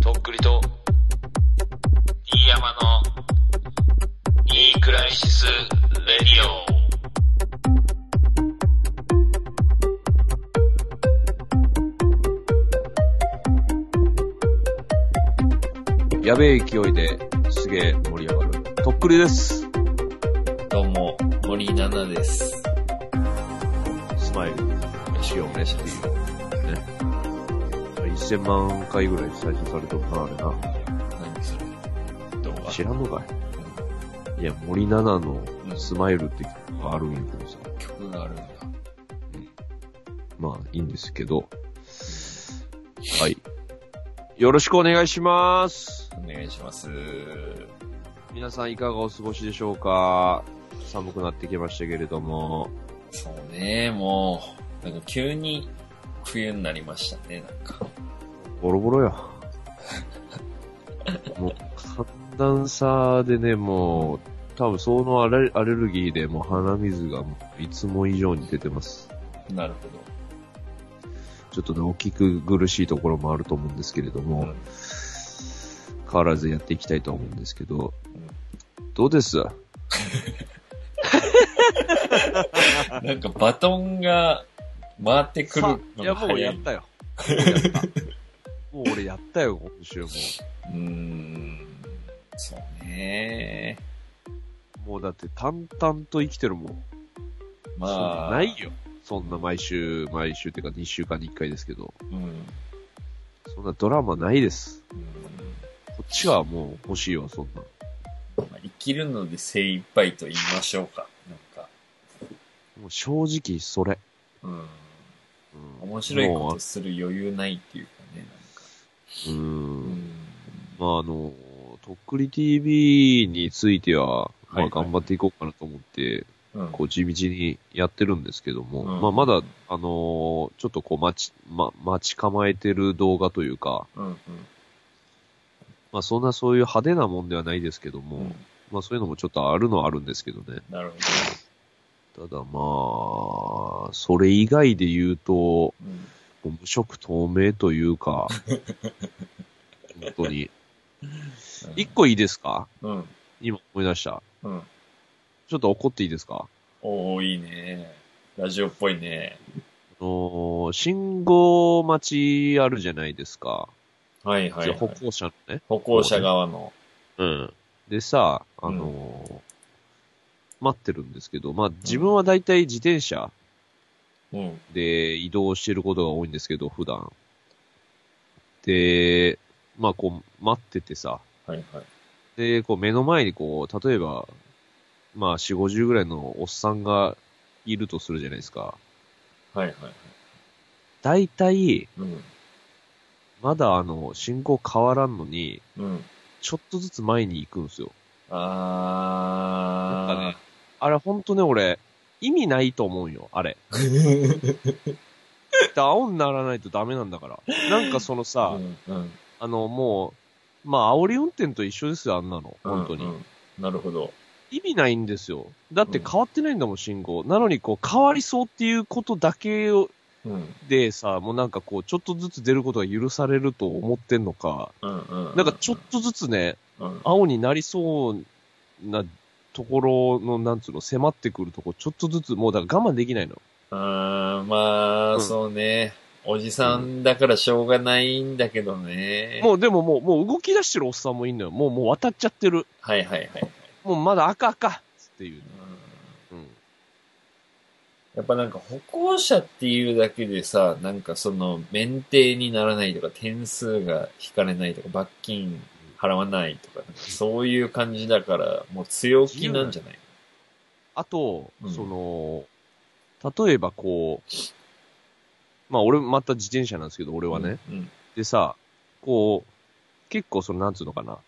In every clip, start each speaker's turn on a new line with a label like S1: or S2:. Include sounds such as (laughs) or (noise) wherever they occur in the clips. S1: とっくりと、飯山の、いいクライシス・レディオ。
S2: やべえ勢いですげえ盛り上がる。とっくりです。
S3: どうも、森七菜です。
S2: スマイル。しようねっていう。ね。1000万回ぐらい再生されてるかな、あれな。
S3: 何それ動画
S2: 知らんのかいいや、森七菜のスマイルって曲があるんやけどさ。
S3: 曲があるんだ。
S2: まあ、いいんですけど。はい。よろしくお願いします。
S3: お願いします。
S2: 皆さんいかがお過ごしでしょうか寒くなってきましたけれども。
S3: そうね、もう、なんか急に冬になりましたね、なんか。
S2: ボロボ (laughs) ロや。もう、寒暖差でね、もう、多分そのアレアレルギーでもう鼻水がもういつも以上に出てます。
S3: なるほ
S2: ちょっとね、大きく苦しいところもあると思うんですけれど
S3: ど。うん、
S2: も変わらずやっていきたいと思うんですけど、どうです
S3: なんかバトンが回ってくる
S2: さい
S3: の
S2: や、
S3: が
S2: もう
S3: 早
S2: や
S3: い。
S2: ったよ。もうや (laughs) ったもう俺やったよ、今週も。
S3: うーん。そうね。
S2: もうだって淡々と生きてるもん。
S3: まあ。
S2: ないよ。そんな毎週、毎週っていうか2週間に1回ですけど、
S3: うん。うん。
S2: そんなドラマないです。こっちはもう欲しいわ、そんな。
S3: まあ生きるので精一杯と言いましょうか。なんか。
S2: もう正直、それ。
S3: うん。
S2: うん、
S3: 面白い
S2: も
S3: ことする余裕ないっていうかね、
S2: う。う
S3: なん
S2: ん。
S3: か。
S2: まあ、あの、とっくり TV については、ま
S3: は
S2: あ、
S3: いはい
S2: 頑張っていこうかなと思って、
S3: うん。
S2: こう、地道にやってるんですけども、
S3: うん
S2: まあ、まだ、あのーちょっとこう、待ち、ま、待ち構えてる動画というか、
S3: うん。うん。
S2: まあ、そんなそういう派手なもんではないですけど
S3: う
S2: も、
S3: ん。
S2: まあ、そういうのもちょっとあるのはあるんですけどね。
S3: なるほど。
S2: ただまあ、それ以外で言うと、も
S3: うん。
S2: う無色透明というか、本
S3: (laughs)
S2: 当に。一個いいですか
S3: うん。
S2: 今思い出した。
S3: うん。
S2: ちょっと怒っていいですか
S3: おおいいね。ラジオっぽいね。
S2: あのー信号待ちあるじゃないですか。
S3: はいはい、はい
S2: 歩。行者のね。
S3: 歩行者側の。
S2: うん。でさ、あのー待ってるんですけど、まあ自分は大体自転車
S3: うん。
S2: で移動してることが多いんですけど、普段。で、まあこう待っててさ、
S3: はいはい。
S2: で、こう目の前にこう、例えば、まあ4、50ぐらいのおっさんがいるとするじゃないですか。
S3: はいはいはい。
S2: 大体、
S3: うん。
S2: まだあの、進行変わらんのに、
S3: うん。
S2: ちょっとずつ前に行くんですよ。
S3: あ
S2: あれほんとね、俺、意味ないと思うよ、あれ。
S3: ー。
S2: ダオにならないとダメなんだから。なんかその
S3: う
S2: さ、
S3: ん。うん。
S2: あの、もう、まあ、煽り運転と一緒ですよ、あんなの。本当に。
S3: うんうんなるほど。
S2: 意味ないんですよ。だって変わってないんだもん、信号。なのに、こう、変わりそうっていうことだけを、
S3: うん。
S2: でさ、もうなんかこう、ちょっとずつ出ることが許されると思ってんのか、
S3: うんうん。
S2: なんかちょっとずつね、
S3: うん。
S2: 青になりそうなところの、なんつうの、迫ってくるとこ、ちょっとずつ、もうだから我慢できないの。
S3: あーまあ、
S2: うん
S3: そうね。おじさんだからしょうがないんだけどね。
S2: もうでももう、もう動き出してるおっさんもいんのよ。もう、もう渡っちゃってる。
S3: はいはいはい。
S2: もうまだ赤赤っていうう。
S3: ん
S2: うん。
S3: やっぱなんか歩行者っていうだけでさ、なんかその免停にならないとか点数が引かれないとか罰金払わないとか、なんかそういう感じだから、もう強気なんじゃない
S2: あと、
S3: うん
S2: その、例えばこう、まあ俺また自転車なんですけど、俺はね。。
S3: うん。
S2: でさ、こう、結構その、なんつうのかな。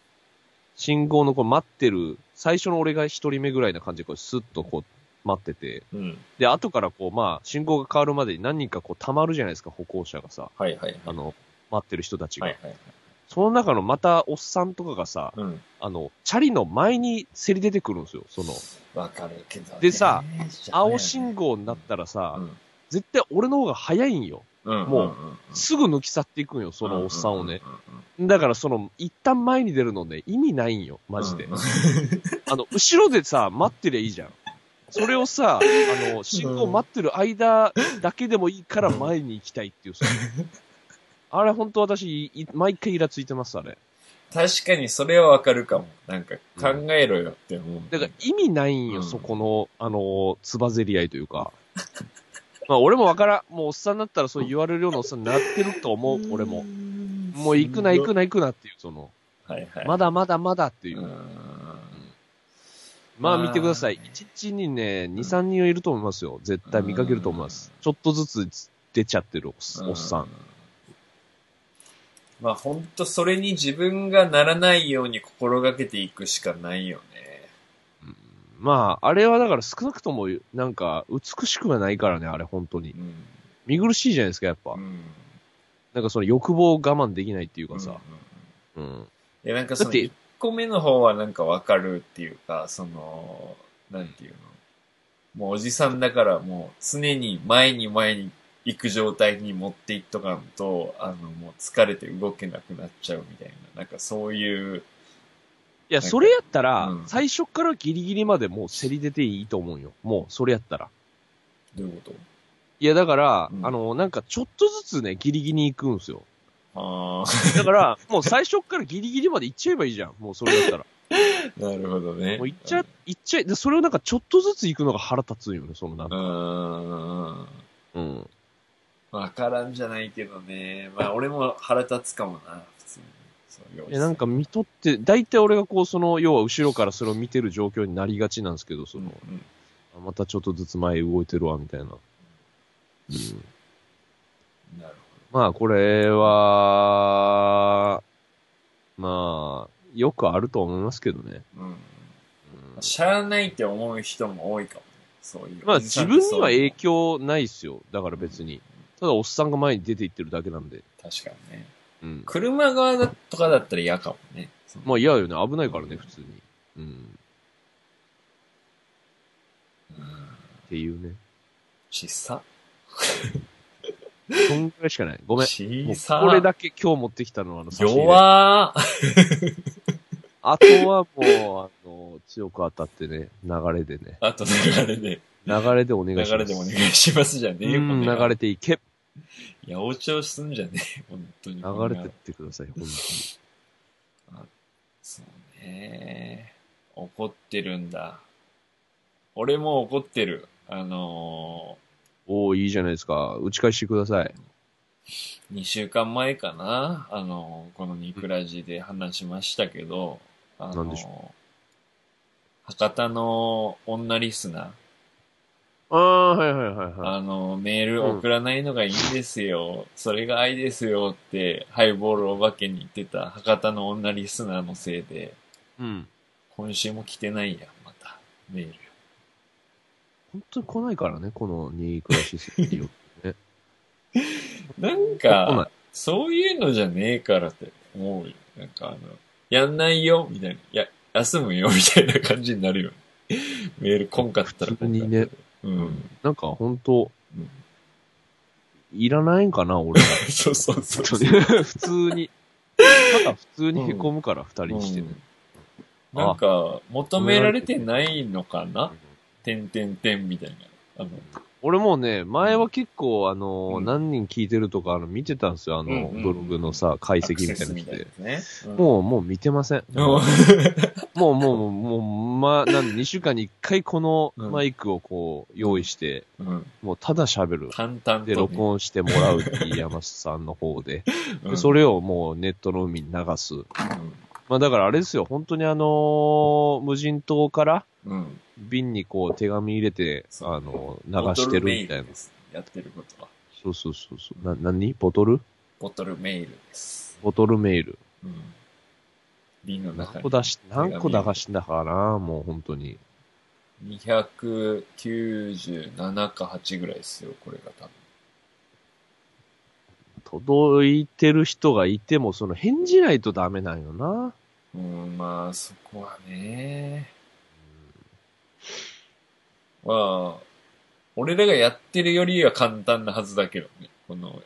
S2: 信号のこう待ってる、最初の俺が一人目ぐらいな感じでこうスッとこう待ってて、
S3: うん。うん
S2: で、後からこうまあ信号が変わるまでに何人かこう溜まるじゃないですか、歩行者がさ、
S3: はいはい
S2: あ
S3: はい。
S2: の、待ってる人たちが。
S3: はいはい。
S2: その中のまたおっさんとかがさ、
S3: うん。
S2: あの、チャリの前に競り出てくるんですよ、その、
S3: わかるけどね。
S2: でさ
S3: じゃあね、
S2: 青信号になったらさ、
S3: うん
S2: 絶対俺の方が早いんよ。
S3: うん。
S2: もう
S3: うん、
S2: すぐ抜き去っていくんよ、そのおっさんをね。
S3: うんうんうんうん。
S2: だからその、一旦前に出るのね、意味ないんよ、マジで。
S3: うん
S2: あの、後ろでさ、待ってりゃいいじゃん。それをさ、
S3: (laughs)
S2: あの、信号待ってる間だけでもいいから前に行きたいっ
S3: (laughs)
S2: ていうさ。あれ、本当私、い毎回イラついてます、あれ。
S3: 確かにそれはわかるかも。なんか考えろよって思う。
S2: だから意味ないん
S3: う
S2: よ、
S3: ん
S2: そこの、あの、つばぜり合いというか。まあ、俺もわからん。もうおっさんになったらそう言われるようなおっさんになってると思う、俺も。
S3: ん
S2: もう行くな、行くな、行くなっていう、その、
S3: はいはい。
S2: まだまだまだっていうう。
S3: ん
S2: まあ
S3: まあ
S2: 見てください。1日にね、2、3人はいると思いますよ。絶対見かけると思います。ちょっとずつ出ちゃってるおっすおっさ。。
S3: うんまあ本当それに自分がならないように心がけていくしかないよね。
S2: まあ、あれはだから少なくとも、なんか、美しくはないからね、あれ、本当に
S3: う。ん。
S2: 見苦しいじゃないですか、やっぱ。
S3: うん。
S2: なんかその欲望を我慢できないっていうか
S3: うん
S2: さ。うん。
S3: いやなんかそ
S2: だ
S3: の
S2: って
S3: 1個目の方はなんかわかるっていうか、その、なんていうの。もうおじさんだからもう常に前に前に行く状態に持っていっとかんと、あのもう疲れて動けなくなっちゃうみたいな、なんかそういう、
S2: いや、それやった
S3: う
S2: ら
S3: ん、
S2: 最初からギリギリまでもう競り出ていいと思うよ。もう、それやったら。
S3: どういうこと
S2: いや、だから
S3: う、ん
S2: あの、なんかちょっとずつね、ギリギリに行くんですよ。
S3: あ
S2: (laughs) だから、もう最初からギリギリまで行っちゃえばいいじゃん。もうそれだったら。
S3: あ、なるほどね。
S2: もう行っちゃ、行っちゃい、で、それをなんかちょっとずつ行くのが腹立つんよね、そのなん
S3: うん。
S2: か。うん。
S3: わからんじゃないけどね。まあ俺も腹立つかもな、普通に。そういうおじ
S2: え、
S3: さ
S2: なんか見とって、大体俺がこう、その、要は後ろからそれを見てる状況になりがちなんですけど、そ
S3: うん
S2: の、
S3: うん
S2: あまたちょっとずつ前動いてるわ、みたいな。うん。
S3: なる
S2: まあ、これは、まあ、よくあると思いますけどね。
S3: ほど。うん。
S2: うん
S3: しゃあないって思う人も多いかもね。そういう。
S2: まあ、
S3: おじさ
S2: 自
S3: ん
S2: 分
S3: ってそう
S2: には影響ないっすよ。だから別に。。ただ、おっさんが前に出ていってるだけなんで。
S3: 確かにね。
S2: うん。
S3: 車側だとかだったら嫌かもね。
S2: まあ、嫌よね。危ないからね、普通に。うん。
S3: うん。
S2: っていうね。
S3: 小さ。
S2: そんぐらいしかない。ごめん。も
S3: 小
S2: う
S3: さ。
S2: これだけ今日持ってきたのは、あの、差し入れ
S3: 弱
S2: あとはもう、あの、強く当たってね、流れでね。
S3: あと流れで、
S2: 流れでお願
S3: 流
S2: いします。
S3: れでお願いしますじゃねえよ、
S2: うん、流れていけ。
S3: いや、お調すんじゃねえ、本当に。
S2: 流れてってください、ほんとに。
S3: そうね。怒ってるんだ。俺も怒ってる。あの
S2: おおいいじゃないですか。打ち返してください。
S3: ー、2週間前かなあのー、このニクラジで話しましたけど、あのー
S2: なんでし
S3: 博多の女リスナー、
S2: ああ、はいはいはいはい。
S3: あのー、メール送らないのがいいんですよ。それが愛ですよって、ハイボールお化けに言ってた博多の女リスナーのせいで、
S2: うん。
S3: 今週も来てないや、また、メール。
S2: 本当に来ないからね、このニークラシスって (laughs) いう。
S3: なん
S2: 来な
S3: か
S2: い、
S3: そういうのじゃねえからって思うよ。なんかあの、やんないよ、みたいな。いや、休むよ、みたいな感じになるよ。メール来んかったら来んかったで
S2: 普通にね。
S3: うん。 (laughs)
S2: なんか本当
S3: うん、
S2: いらないんかな、 (laughs) 俺は。
S3: そうそうそう
S2: 普
S3: そう。
S2: 通に。ただ普通に凹むから、二人にしてね。
S3: うんなんか、求められてないのかなてんてんてんみたいな。あの、
S2: 俺もね、前は結構、あのー、
S3: うん
S2: 何人聞いてるとか、あの、見てたんですよ、あの、
S3: うんうん
S2: ブログのさ、解
S3: アク
S2: 析
S3: セ
S2: みたい
S3: ス
S2: なの
S3: み
S2: した
S3: い
S2: て
S3: で。すね。うん
S2: もう、もう見てません。
S3: うん
S2: もう、もう、もう、もう、まあ、なんで、2週間に1回この
S3: うん
S2: マイクをこう、用意して、
S3: うん。
S2: もう、ただ喋る。
S3: 淡々とね。
S2: で、録音してもらうっていう山下さんの方で。
S3: う
S2: で
S3: ん。
S2: それをもう、ネットの海に流す。
S3: うん
S2: まあ、だからあれですよ、本当にあのー無人島から、
S3: うん。
S2: 瓶にこう、手紙入れて、
S3: そう
S2: あのー流してるみたい
S3: ボトルメー
S2: な
S3: ルで。すやってることは。
S2: そうそうそうそう。な、何ボトル
S3: ボトルメールです。
S2: ボトルメール。
S3: うん。瓶の中
S2: 何
S3: に
S2: 個出し、何個流
S3: 手紙
S2: してんだからな、もう本当に。
S3: 297か8ぐらいですよ、これが多分。
S2: 届いてる人がいても、その返事ないとダメなんよな。
S3: うん、まあ、そこはね。まあ、俺らがやってるよりは簡単なはずだけどね。この、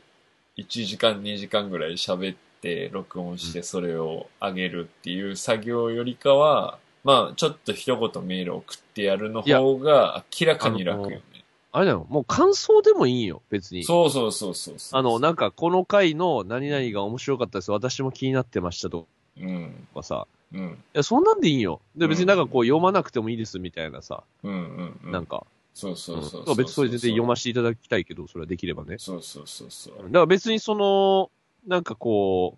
S3: 1時間、2時間ぐらい喋って、録音してそれを上げるっていう作業よりかは、まあ、ちょっと一言メール送ってやるの方が明らかに楽よね。
S2: あれだよ、もう感想でもいいよ、別に。
S3: そうそうそうそうそう。
S2: あの、なんか、この回の何々が面白かったです、私も気になってましたと
S3: うん、
S2: かさ、
S3: うん、
S2: いや、そんなんでいいよ。で、別になんかこう、
S3: うん
S2: 読まなくてもいいですみたいなさ、
S3: うん、うん。う
S2: なん、か、
S3: そうそうそう
S2: うん別にそれ全然読
S3: ま
S2: ませていただきたいけど、それはできればね。
S3: そうそうそうそう。
S2: だから別にその、なんかこ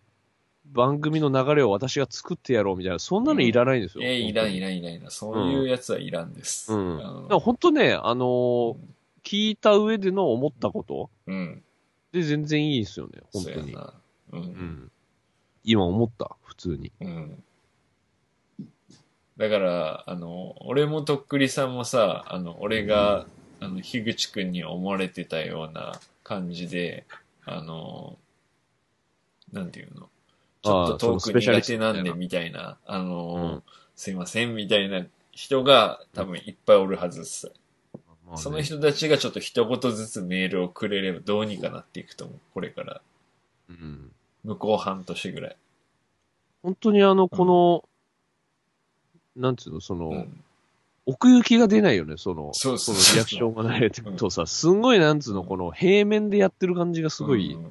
S2: う、番組の流れを私が作ってやろうみたいな、そんなのいらないんですよ。
S3: え、いらん、い
S2: ん。
S3: らん、いらん、いらん。そういうやつはいらんです。
S2: うん。だ
S3: あ
S2: から
S3: の
S2: 本当ね、あのー聞いた上での思ったこと
S3: うん。
S2: で全然いいですよね、本
S3: そう
S2: 当
S3: や
S2: に。
S3: な。う。
S2: うんん。今思った、普通に。
S3: うん。だから、あの、俺もとっくりさんもさ、あの、俺が、あの、樋口くんに思われてたような感じで、あの、なんていうのちょっと
S2: ああ
S3: ト
S2: そ
S3: ー
S2: の
S3: ク
S2: スペシャリ
S3: 苦
S2: ス
S3: 手ない
S2: トみたなん
S3: でみたいな、あの、
S2: うん
S3: すいませんみたいな人が多分いっぱいおるはずっす。
S2: まあね
S3: その人たちがちょっと一言ずつメールをくれればどうにかなっていくと思う。これから。
S2: うん。
S3: 向こう半年ぐらい。
S2: 本当にあの、この、なんつうの、その、
S3: うん。
S2: 奥行きが出ないよね、その、
S3: そうそ
S2: そ
S3: う
S2: の
S3: そう
S2: リアクションがないってくるとさ、すんごいなんつうの、この平面でやってる感じがすごい
S3: うん、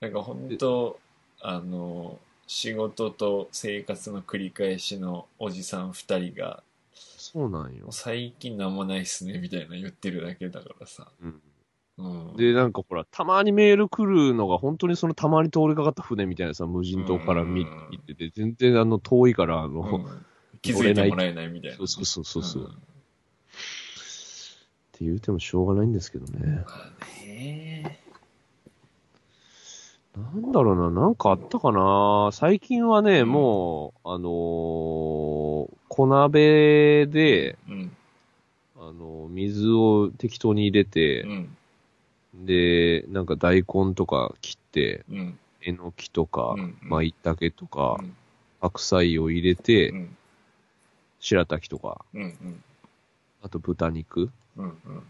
S3: なんか本当あの仕事と生活の繰り返しのおじさん二人が
S2: そうなんよ
S3: 「最近なんもないっすね」みたいな言ってるだけだからさ、
S2: うん
S3: うん、
S2: で、なんかほら、たまにメール来るのが、本当にそのたまに通りかかった船みたいなさ、無人島から見
S3: うん
S2: 見てて、全然あの遠いから、あ
S3: う
S2: の、
S3: ん気づいてもらえないみたいな
S2: そうそうそうそうそう、
S3: う
S2: っ
S3: ん
S2: て言うてもしょうがないんですけどね。
S3: まあね
S2: なんだろうな、なんかあったかな。最近はね、
S3: うん
S2: もう、あのー小鍋で、
S3: うん
S2: あのー水を適当に入れて
S3: う、ん
S2: で、なんか大根とか切って、
S3: うん
S2: えのきとか
S3: う、ん
S2: まいたけとか
S3: う、ん
S2: 白菜を入れ
S3: う
S2: て、
S3: ん
S2: 白滝とか、
S3: うんうん
S2: あと豚肉
S3: うんうん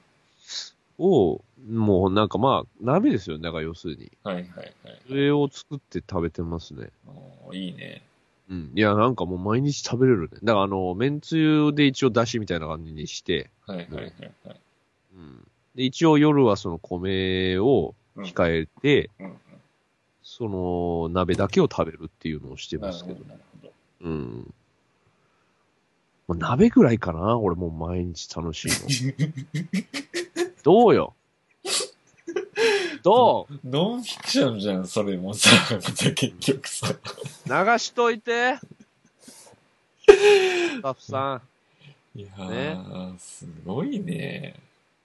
S2: を、もうなんかまあ、鍋ですよね、だから要するに。
S3: はいはいはい
S2: それを作って食べてますね。
S3: おーいいね
S2: うん。いや、なんかもう毎日食べれるね。だからあの、めんつゆで一応出汁みたいな感じにして、
S3: はいはいはいはい
S2: うん。で、一応夜はその米を
S3: うん
S2: 控えて、
S3: うんうん
S2: その鍋だけを食べるっていうのをして
S3: な
S2: ま
S3: る
S2: す
S3: ほ
S2: け
S3: ど
S2: ど。
S3: なるほど
S2: うん。もう鍋ぐらいかな俺もう毎日楽しいの。どうよどう
S3: ノンフィクションじゃん、それもさ、結局さ。
S2: 流しといてスタッフさん。
S3: いやー、すごいね。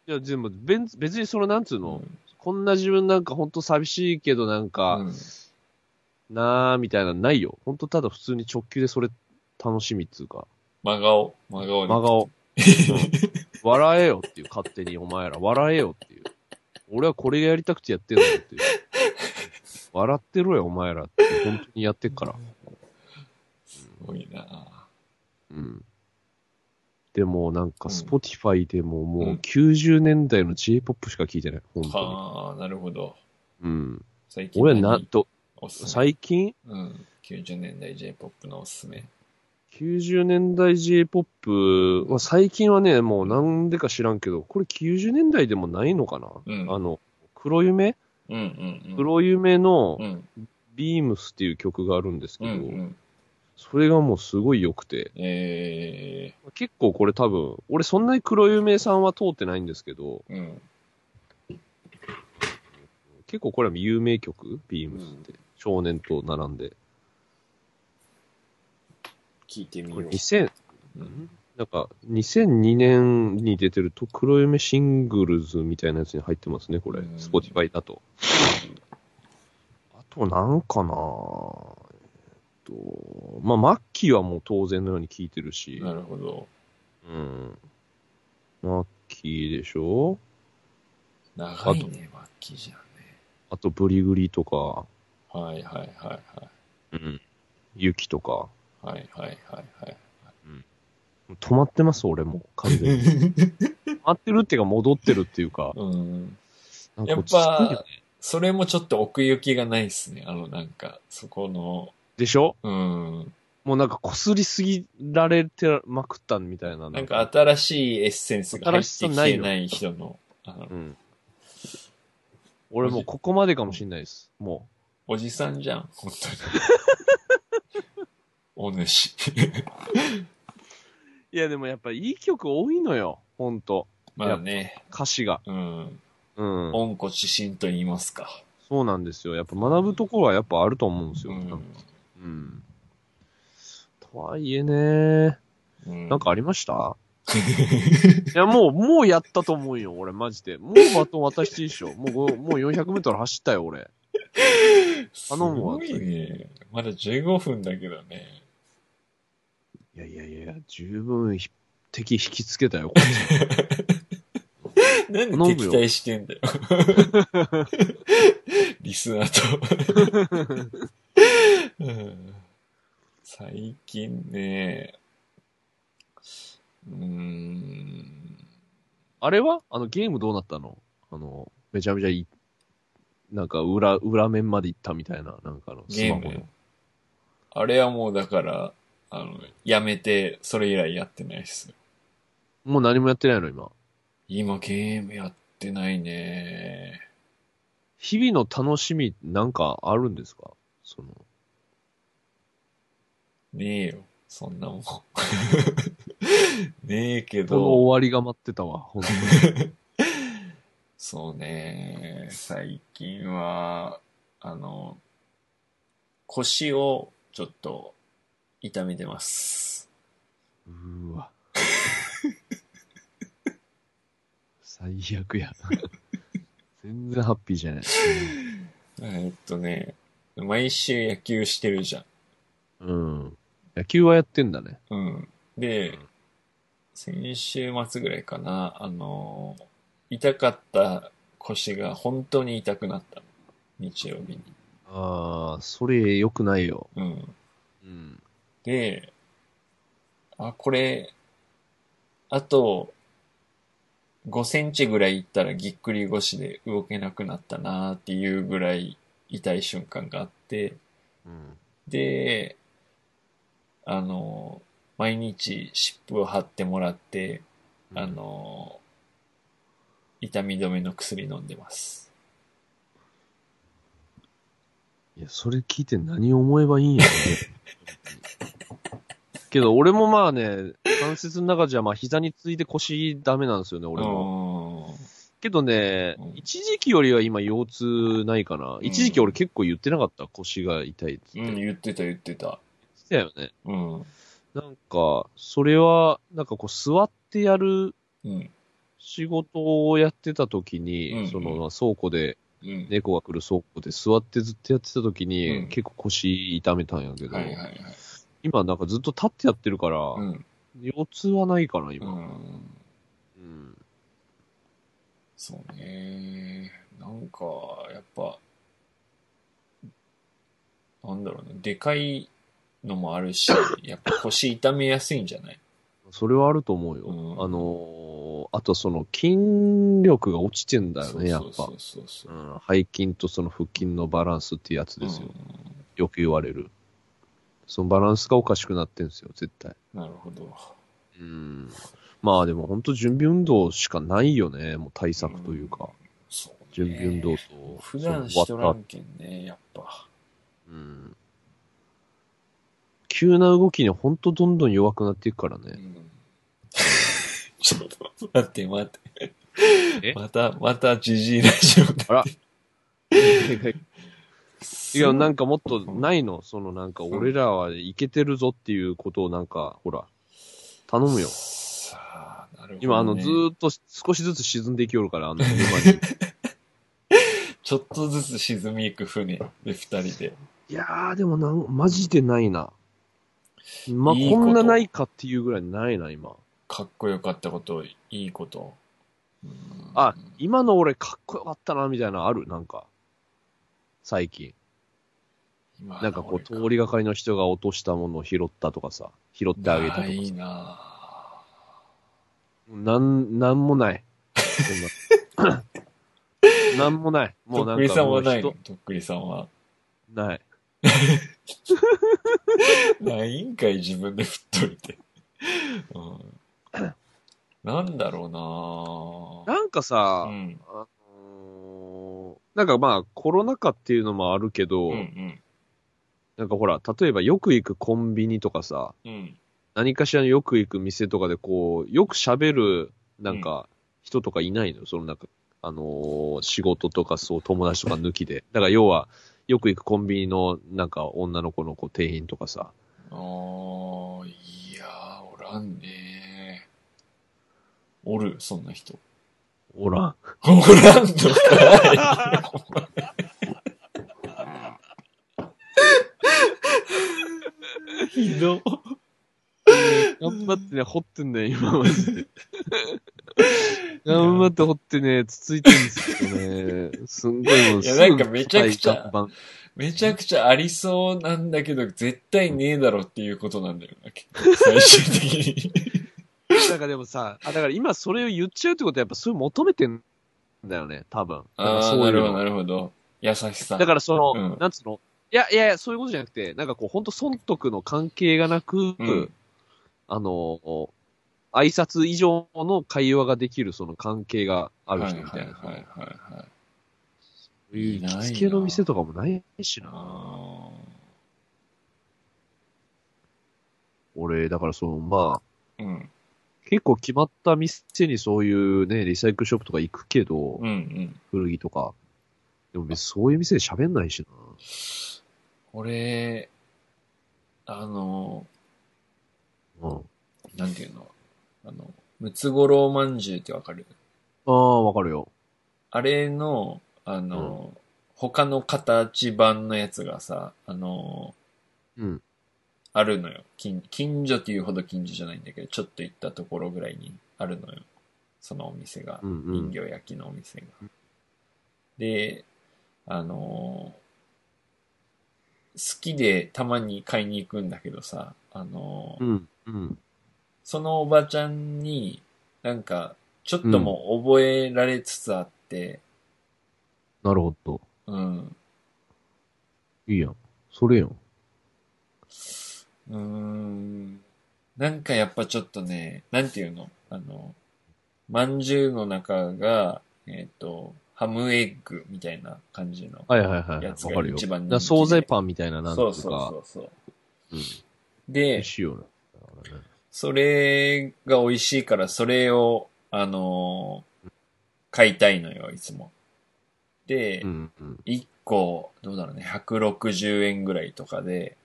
S2: いや、でも、べん別にその、なんつうの、
S3: うん
S2: こんな自分なんかほんと寂しいけどなんか、
S3: うん
S2: なーみたいなのないよ。ほんとただ普通に直球でそれ楽しみっつうか、
S3: 真顔、真顔で。
S2: 真
S3: (laughs)
S2: 顔。うん笑えよっていう、勝手にお前ら、笑えよっていう。俺はこれがやりたくてやってんだよっていう。笑ってろよ、お前らって。本当にやってっから。
S3: すごいな。
S2: うん。でもなん
S3: う
S2: か、
S3: ん
S2: スポティファイでももううん90年代の J-POP しか聞いてない。本当に。
S3: はあ、なるほど。
S2: うん。
S3: 最近
S2: 俺は
S3: 何、
S2: な、と、
S3: おすすめ。
S2: 最近
S3: うん。90年代 J-POP のおすすめ。
S2: 90年代 J-POP、まあ、最近はね、もうなんでか知らんけど、これ90年代でもないのかな、
S3: うん
S2: あの、黒夢
S3: うんうんうん。
S2: 黒夢の
S3: うん
S2: ビームスっていう曲があるんですけ
S3: うん
S2: ど、
S3: うん。
S2: それがもうすごい良くて、
S3: え
S2: 結構これ多分、俺そんなに黒夢さんは通ってないんですけど、
S3: ー、うん。
S2: 結構これは有名曲ビームスって。少年と並んで。
S3: 聞いてみ
S2: これ
S3: う。
S2: 2000、
S3: うん
S2: なんか2002年に出てると黒夢シングルズみたいなやつに入ってますね、これ
S3: う。ん
S2: スポティファイだと。あとなんかなえっと、まあ、マッキーはもう当然のように聴いてるし、
S3: なるほど。
S2: うん。マッキーでしょ
S3: 長いね、マッキーじゃんね。
S2: あとブリグリとか、
S3: はいはいはいはい。
S2: うん。ユキとか。
S3: はいはいはいはい。
S2: 止まってます、俺も。完 (laughs) 全に。止まってるっていうか戻ってるっていうか。
S3: うん。
S2: なん
S3: や
S2: か
S3: っ
S2: 落ち着く
S3: ぱ
S2: よね、
S3: それもちょっと奥行きがないっすね。あの、なんか、そこの、
S2: でしょ
S3: うん。
S2: もうなんか擦りすぎられてまくったみたいな。
S3: なんか、新しいエッセンスが入ってきてない人の、あの
S2: うん。俺もうここまでかもしんないです。も
S3: おじさんじゃん、本当に。
S2: (laughs)
S3: お主。 (laughs)
S2: う。いやでもやっぱいい曲多いのよ。ほんと。
S3: まあね、
S2: 歌詞が。
S3: うん。
S2: うん。
S3: 恩子知心と言いますか。
S2: そうなんですよ。やっぱ学ぶところはやっぱあると思うんです
S3: う
S2: よ。
S3: ん。
S2: うん。とはいえね、
S3: うん
S2: なん、かありました (laughs) いや、もう、もうやったと思うよ、俺、マジで。もうバトン渡していいっしょ。もう、もう400メートル走ったよ、俺。
S3: す
S2: 頼むわ
S3: ごいね。まだ15分だけどね。
S2: いやいやいや、十分ひ敵引きつけたよ、こっち
S3: なん
S2: むよ
S3: で敵対してん
S2: (laughs)
S3: だよ。リスナーと、うん最近ね、うーん、
S2: あれはあの、ゲームどうなったのあの、めちゃめちゃいい、なんか、裏、裏面まで行ったみたいな、なんかあの、ス
S3: ゲ
S2: マ
S3: ー
S2: ホ
S3: ム
S2: の。。
S3: あれはもうだから、あの、やめて、それ以来やってないっす。
S2: もう何もやってないの、今。
S3: 今ゲームやってないね。
S2: 日々の楽しみ、なんかあるんですかその、
S3: ねえよ、そんな (laughs) もん。ねえけ
S2: この
S3: ど。
S2: 終わりが待ってたわ、ほんとに。
S3: そうね、最近は、あの、腰をちょっと痛めてます。
S2: うーわ。最悪や。全然ハッピーじゃない。
S3: えっとね、毎週野球してるじゃん。
S2: うん。野球はやってんだね。
S3: うん。で、先週末ぐらいかな、あの、痛かった腰が本当に痛くなったの。日曜日に。
S2: ああ、それ良くないよ。
S3: うん。
S2: うん。
S3: で、あ、これ、あと、5センチぐらいいったらぎっくり腰で動けなくなったなーっていうぐらい痛い瞬間があって、
S2: うん。
S3: で、あの、毎日湿布を貼ってもらって、あ、の、痛み止めの薬飲んでます。
S2: いや、それ聞いて何思えばいいんやろねけど、俺もまあね、関節の中じゃ、まあ、膝について腰ダメなんですよね、俺も。
S3: う
S2: けどね
S3: うん、
S2: 一時期よりは今腰痛ないかな。一時期俺結構言ってなかった、腰が痛いっつって。
S3: ん、うん、
S2: 言
S3: 言
S2: っ
S3: ってた言ってた。
S2: てたよね。
S3: うん、
S2: なんか、それは、なんかこう、座ってやる
S3: うん、
S2: 仕事をやってた時に、
S3: うんうん
S2: その、まあ倉庫で、
S3: うん。
S2: 猫が来る倉庫で座ってずっとやってた時に、
S3: うん
S2: 結構腰痛めたんやけど、
S3: はいはいはい。
S2: 今なんかずっと立ってやってるから、
S3: うん、
S2: 腰痛はないかな、
S3: う
S2: 今。
S3: ん。
S2: うん
S3: そうね。なんか、やっぱ、なんだろうね。でかいのもある
S2: (laughs)
S3: し、やっぱ腰痛めやすいんじゃない
S2: それはあると思うよ。
S3: うん
S2: あのーあとその筋力が落ちてんだよね、やっぱ
S3: そう。そうそうそう。
S2: うん、背筋とその腹筋のバランスっていうやつですよ。よく言われる。そのバランスがおかしくなってんですよ、絶対。
S3: うんなるほど。
S2: うんまあでも本当準備運動しかないよね。もう対策というか。
S3: そうね
S2: 準備運動と。
S3: 普段し
S2: そ
S3: と
S2: の
S3: ら
S2: バッター
S3: んけんね、やっぱ。
S2: うん。急な動きに本当どんどん弱くなっていくから
S3: う
S2: ね。
S3: ん (laughs) ちょっと待って待って
S2: え。
S3: また、またジジイラジオだ。
S2: いや、なんかもっとないのそのなんか俺らはいけてるぞっていうことをなんか、ほら、頼むよ。
S3: さあなるほどね
S2: 今あの、ずーっと少しずつ沈んでいきよるから、あの、今に。
S3: ちょっとずつ沈みゆく船で二人で。
S2: いやー、でもなん、マジでないな。まあ、
S3: いいこ
S2: ことんなないかっていうぐらいないな、今。
S3: かっこよかったこと、いいこと。うん
S2: あ、今の俺かっこよかったな、みたいなのあるなんか。最近。
S3: 今
S2: なんかこう、通
S3: り
S2: りがかりの人が落としたものを拾ったとかさ、拾ってあげたとか
S3: いい
S2: さ。
S3: な (laughs)
S2: なん、なんもない。そんななんもない。もう
S3: と
S2: な
S3: っ
S2: ん
S3: くり
S2: か
S3: さん
S2: も
S3: は
S2: う
S3: ないの
S2: 人
S3: とっくりさんは。 (laughs)
S2: ない。
S3: ないんかい、自分で振っといて。うん。なんだろうな
S2: なんかさ、
S3: うん。
S2: あのーなんかまあコロナ禍っていうのもあるけど、
S3: うんうん。
S2: なんかほら、例えばよく行くコンビニとかさ、
S3: うん。
S2: 何かしらのよく行く店とかでこう、よく喋る、なんか、人とかいないの、そのなんか、あのー仕事とかそう、友達とか抜きで。だから要は、よく行くコンビニの、なんか、女の子のこう店員とかさ。
S3: あー、いやー、おらんねー。おる、そんな人。
S2: おらん。
S3: おらんのかい。 (laughs) ひど。
S2: 頑張ってね、掘ってんだよ、今
S3: (laughs)
S2: マジで。頑張って掘ってね、つついてるんですけどね。すんごいもう
S3: い
S2: す
S3: やな
S2: ぐ
S3: んかめちゃくちゃ
S2: 硬い岩盤
S3: めちゃくちゃありそうなんだけど、絶対ねえだろっていうことなんだよな、結構最終的に。
S2: なんかでもさ、あ、だから今それを言っちゃうってことはやっぱそれ求めてんだよね、多分。なんか
S3: (laughs) あ
S2: そ
S3: あ、
S2: うい
S3: な
S2: う
S3: る
S2: の
S3: ほど、なるほど。優しさ。
S2: だからその、
S3: うん
S2: なんつうのいやいやいや、そういうことじゃなくて、なんかこう、ほんと損得の関係がなく、
S3: うん
S2: あの、挨拶以上の会話ができるその関係がある
S3: はい
S2: 人
S3: はいは
S2: みた
S3: い
S2: いな。そう
S3: はいはい。
S2: いう
S3: いない
S2: 行
S3: な
S2: きつけの店とかもないしな。
S3: あ
S2: 俺、だからその、まあ、
S3: ーうん。
S2: 結構決まった店にそういうね、リサイクルショップとか行くけど、
S3: うんうん。
S2: 古着とか。でも別にそういう店で喋んないし
S3: 俺、あの、
S2: な。うん。
S3: なんていうのあの、ムツゴロウまんじゅうってわかる
S2: ああ、わかるよ。
S3: あれの、あの、他の形版のやつがさ、あの、
S2: うん。
S3: あるのよ。近近所っていうほど近所じゃないんだけど、ちょっと行ったところぐらいにあるのよ。そのお店が
S2: う。んう
S3: 人
S2: ん。
S3: 形焼きのお店が。で、あのー好きでたまに買いに行くんだけどさ、あのー
S2: うん。うん。
S3: そのおばちゃんに、なんか、ちょっともう覚えられつつあって、
S2: なるほど。
S3: うん、
S2: いいやん。それやん。
S3: うーんなんかやっぱちょっとね、なんていうのあの、まんじゅうの中が、えっ、と、ハムエッグみたいな感じの。
S2: はいはいはい。
S3: や
S2: わ
S3: つが
S2: かるよ。
S3: 一番人気で
S2: だ惣菜パンみたいな、なんと
S3: そ
S2: か。
S3: うそうそうそう。
S2: うん。美
S3: で
S2: 味、しいよね。あれね
S3: それが美味しいから、それを、あのー買いたいのよ、いつも。で、
S2: うんうん。
S3: 1個、どうだろうね、160円ぐらいとかで、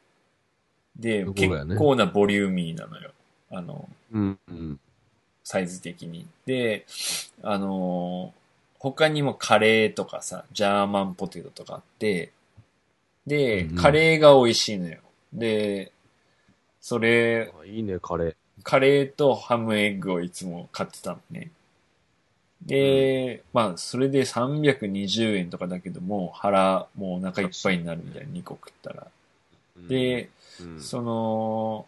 S3: で、
S2: そうだよね
S3: 結構なボリューミーなのよ。あの、
S2: うんうん。
S3: サイズ的に。で、あのー他にもカレーとかさ、ジャーマンポテトとかあって、で
S2: う、ん
S3: カレーが美味しいのよ。で、それ、
S2: あいいね、カレー。
S3: カレーとハムエッグをいつも買ってたのね。で、まあ、それで320円とかだけども、腹、もうお腹いっぱいになるみたいな、2個食ったら。
S2: うん、
S3: で、
S2: うん、
S3: その、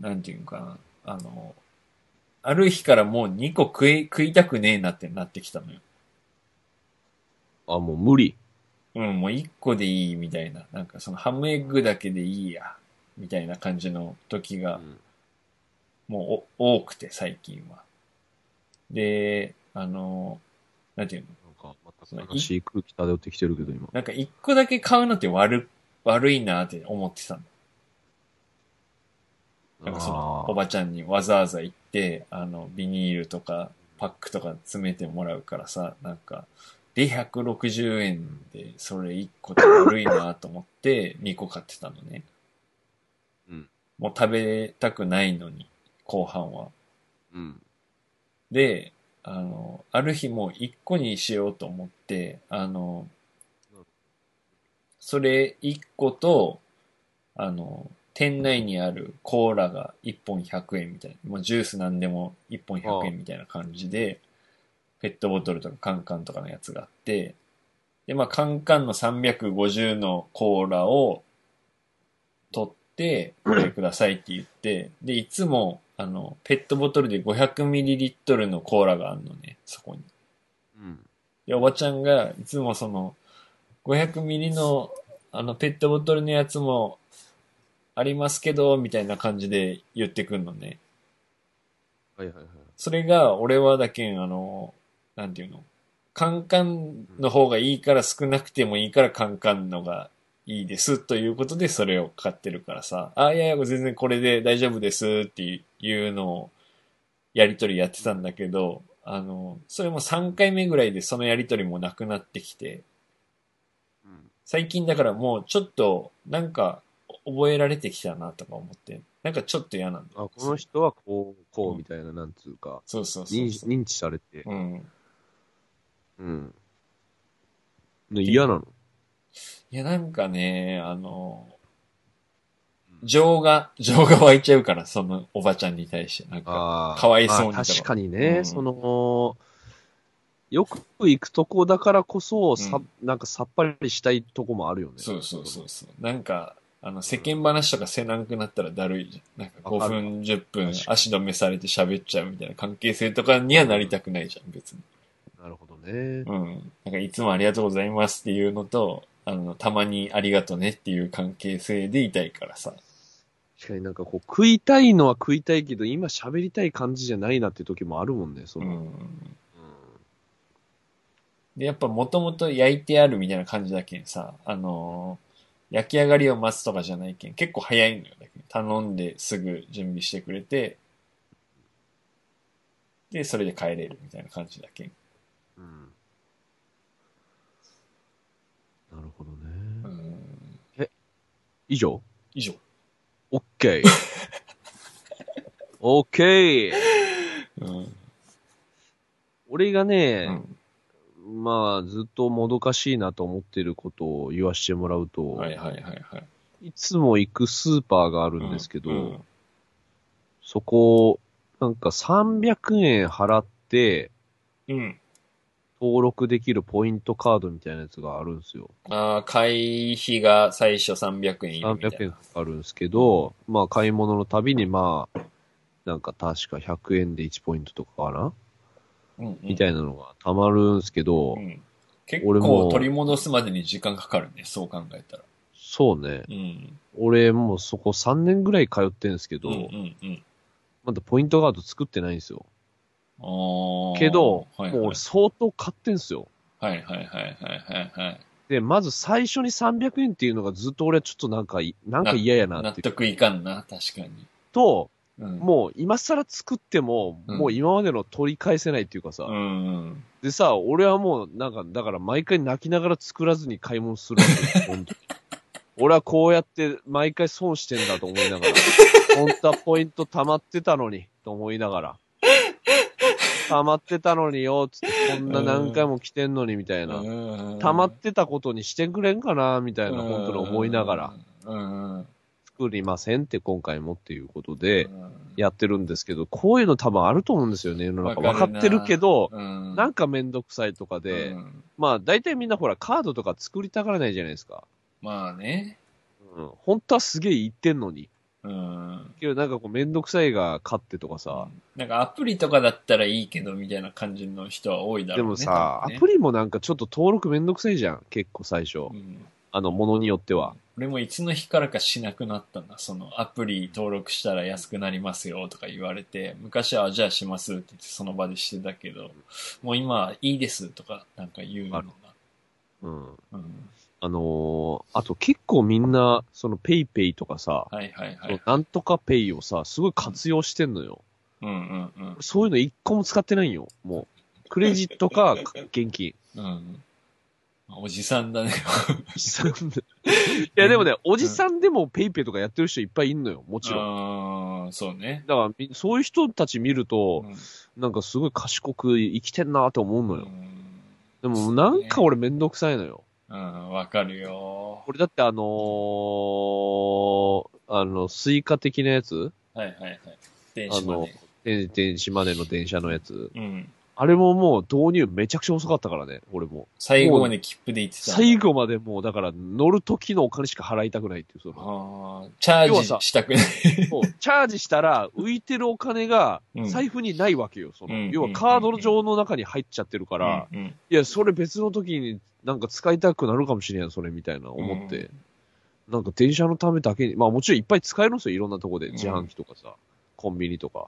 S3: なんていうのかな、あの、ある日からもう2個食い、食いたくねえなってなってきたのよ。
S2: あ、もう無理。
S3: うん、もう1個でいいみたいな、なんかそのハムエッグだけでいいや、みたいな感じの時
S2: う
S3: が、
S2: ん
S3: もうお多くて最近は。で、あの、なんていうの
S2: なんか、また悲しい空気漂ってきてるけど、今。
S3: なんか1個だけ買うのって悪、悪いなって思ってたの。なんかその
S2: あ
S3: お
S2: ー
S3: ばちゃんにわざわざ行って、あの、ビニールとかパックとか詰めてもらうからさ、なんか、で、160円で、それ1個で悪いなと思って、2個買ってたのね。
S2: うん
S3: もう食べたくないのに、後半は。
S2: うん。
S3: で、あの、ある日もう1個にしようと思って、あの、それ1個と、あの、店内にあるコーラが1本100円みたいな、もうジュースなんでも1本100円みたいな感じで、ペットボトルとかカンカンとかのやつがあって、で、まあカンカンの350のコーラを取って、これくださいって言って、で、いつも、あの、ペットボトルで 500ml のコーラがあるのね、そこに。
S2: うん。
S3: いや、おばちゃんが、いつもその、500ミリの、あの、ペットボトルのやつも、ありますけど、みたいな感じで言ってくんのね。
S2: はいはいはい。
S3: それが、俺はだけん、あの、なんていうの、カンカンの方がいいから少なくてもいいからカンカンのがいいです、ということでそれを買ってるからさ、あ、いやいや、全然これで大丈夫ですっていうのを、やりとりやってたんだけど、あの、それも3回目ぐらいでそのやりとりもなくなってきて、
S2: うん。
S3: 最近だからもうちょっと、なんか、覚えられてきたなとか思って、なんかちょっと嫌なんだ。
S2: あ、この人はこう、こうみたいな、なんつうか、
S3: そうそうそう
S2: 認
S3: そ
S2: 知認知されて
S3: う。。うん。
S2: うん。ね嫌なの
S3: いや、なんかね、あの、情が、 (laughs) 情が湧いちゃうから、そのおばちゃんに対して。なんか、
S2: あー
S3: かわいそうに
S2: まあ確かに
S3: う
S2: ね、
S3: ん
S2: その、よく行くとこだからこそ、さ、なんかさっぱりしたいとこもあるよね。
S3: そうそうそうそう。なんか、あの、世間話とかせなくなったらだるいじゃん。なんか
S2: わ
S3: 5
S2: かる
S3: 分、10分
S2: 確、かに
S3: 足止めされて喋っちゃうみたいな関係性とかにはなりたくないじゃん、別に。
S2: なるほどね。
S3: うん。なんか、いつもありがとうございますっていうのと、あの、たまにありがとねっていう関係性でいたいからさ。
S2: 確かになんかこう、食いたいのは食いたいけど、今喋りたい感じじゃないなって時もあるもんね、そうの。
S3: ん。で、やっぱもともと焼いてあるみたいな感じだけんさ、あのー焼き上がりを待つとかじゃないけん、結構早いのよ。だけん頼んですぐ準備してくれて、で、それで帰れるみたいな感じだけん。
S2: うん。うんなるほど
S3: う
S2: ね。
S3: ん。
S2: 以上
S3: 以上。
S2: オッ
S3: (laughs)
S2: ケー。オッケー。
S3: うん。
S2: 俺が
S3: う
S2: ね、
S3: ん。
S2: まあ、ずっともどかしいなと思ってることを言わしてもらうと、
S3: はいはいはいはい。
S2: いつも行くスーパーがあるんですけど、
S3: うんうん
S2: そこ、なんか300円払って
S3: うん。
S2: 登録できるポイントカードみたいなやつがあるんですよ。
S3: ああ、会費が最初300円いるみたいな。
S2: 300円かかるんですけど、まあ買い物のたびにまあ、なんか確か100円で1ポイントとかかな
S3: うんうん、
S2: みたいなのがたまるんですけど、
S3: うん。結
S2: 俺
S3: 構
S2: も
S3: 取り戻すまでに時間かかるね、そう考えたら。
S2: そうね。
S3: うん。
S2: 俺もうそこ3年ぐらい通ってんですけど、
S3: うんうんうん。
S2: まだポイントカード作ってないんですよ。
S3: ああ。
S2: けど、
S3: はい
S2: もう
S3: はい
S2: 俺相当買ってんすよ。
S3: はいはいはいはいはいはい。
S2: で、まず最初に300円っていうのがずっと俺はちょっとなんかい、なんか嫌やな
S3: 納
S2: っていう
S3: 得いかんな、確かに。
S2: と、
S3: うん。
S2: もう今更作っても、
S3: うん
S2: もう今までの取り返せないっていうかさ、
S3: うんうん。
S2: でさ、俺はもうなんか、だから毎回泣きながら作らずに買い物するわ
S3: (laughs)
S2: けよ本当に俺はこうやって毎回損してんだと思いな
S3: (laughs)
S2: がら、本当はポイント溜まってたのに、と思いながら。溜まってたのによ、つって、こんな何回も来てんのに、みたいな。溜まってたことにしてくれんかな、みたいな、本当に思いながら、。
S3: うんうん。
S2: 作りませんって今回もっていうことで、
S3: う
S2: やってるんですけど、こういうの多分あると思うんですよね、世の中。
S3: わ
S2: わ
S3: か
S2: か
S3: るな
S2: ってるけど、
S3: ん。
S2: なんかめんどくさいとか
S3: うん
S2: で、
S3: うん
S2: まあ大体みんなほらカードとか作りたがらないじゃないですか。
S3: まあね。
S2: うん。本当はすげえ言ってんのに。
S3: うん。
S2: けどなんかこうめんどくさいが勝ってとかさ。
S3: なんかアプリとかだったらいいけど、みたいな感じの人は多いだ
S2: で
S3: ろうね。
S2: もさ、ア
S3: リ
S2: プリもなんかちょっと登録めんどくさいじゃん。結構最初。あの、ものによっては。
S3: 俺もいつの日からかしなくなったな。そのアプリ登録したら安くなりますよとか言われて、昔はじゃあしますって言ってその場でしてたけど、もう今いいですとかなんか言うのが
S2: あ。るうん。
S3: うん。
S2: あのーあと結構みんな、そのペイペイとかさ、
S3: はいはいは
S2: その
S3: い。
S2: なんとかペイをさ、すごい活用してんのよ。
S3: うんうんうん。
S2: そういうの一個も使ってないんよ。もう。クレジットか現
S3: (laughs)
S2: 金。
S3: うん。おじさんだね。
S2: おじさんでいやでもね、おじさんでもペイペイとかやってる人いっぱいいんのよ。もちろん。
S3: あーそうね。
S2: だからみ、そういう人たち見ると、
S3: うん
S2: なんかすごい賢く生きてんなと思うのよ。で
S3: そう
S2: も、
S3: ね
S2: なんか俺めんどくさいのよ。
S3: うん、わかるよ。
S2: 俺だってあのー、あの、スイカ的なやつ
S3: はいはいはい。電子マネ
S2: 電電子マネーの電車のやつ
S3: ー。うん。
S2: あれももう導入めちゃくちゃ遅かったからね、俺も。
S3: 最後まで切符で行ってたんだ。
S2: 最後までもう、だから乗る時のお金しか払いたくないっていう、その、
S3: あーチャ
S2: 要は
S3: ー
S2: さ
S3: ジしたくない。
S2: そうチャージしたら浮いてるお金が
S3: うん
S2: 財布にないわけよ、その、
S3: うん
S2: 要はカード上の中に入っちゃってるから、
S3: うんうん
S2: いや、それ別の時になんか使いたくなるかもしれんやん、それみたいな思って。なんか電車のためだけに、まあもちろんいっぱい使えるんですよ、いろんなとこで。
S3: ん
S2: 自販機とかさ、コンビニとか。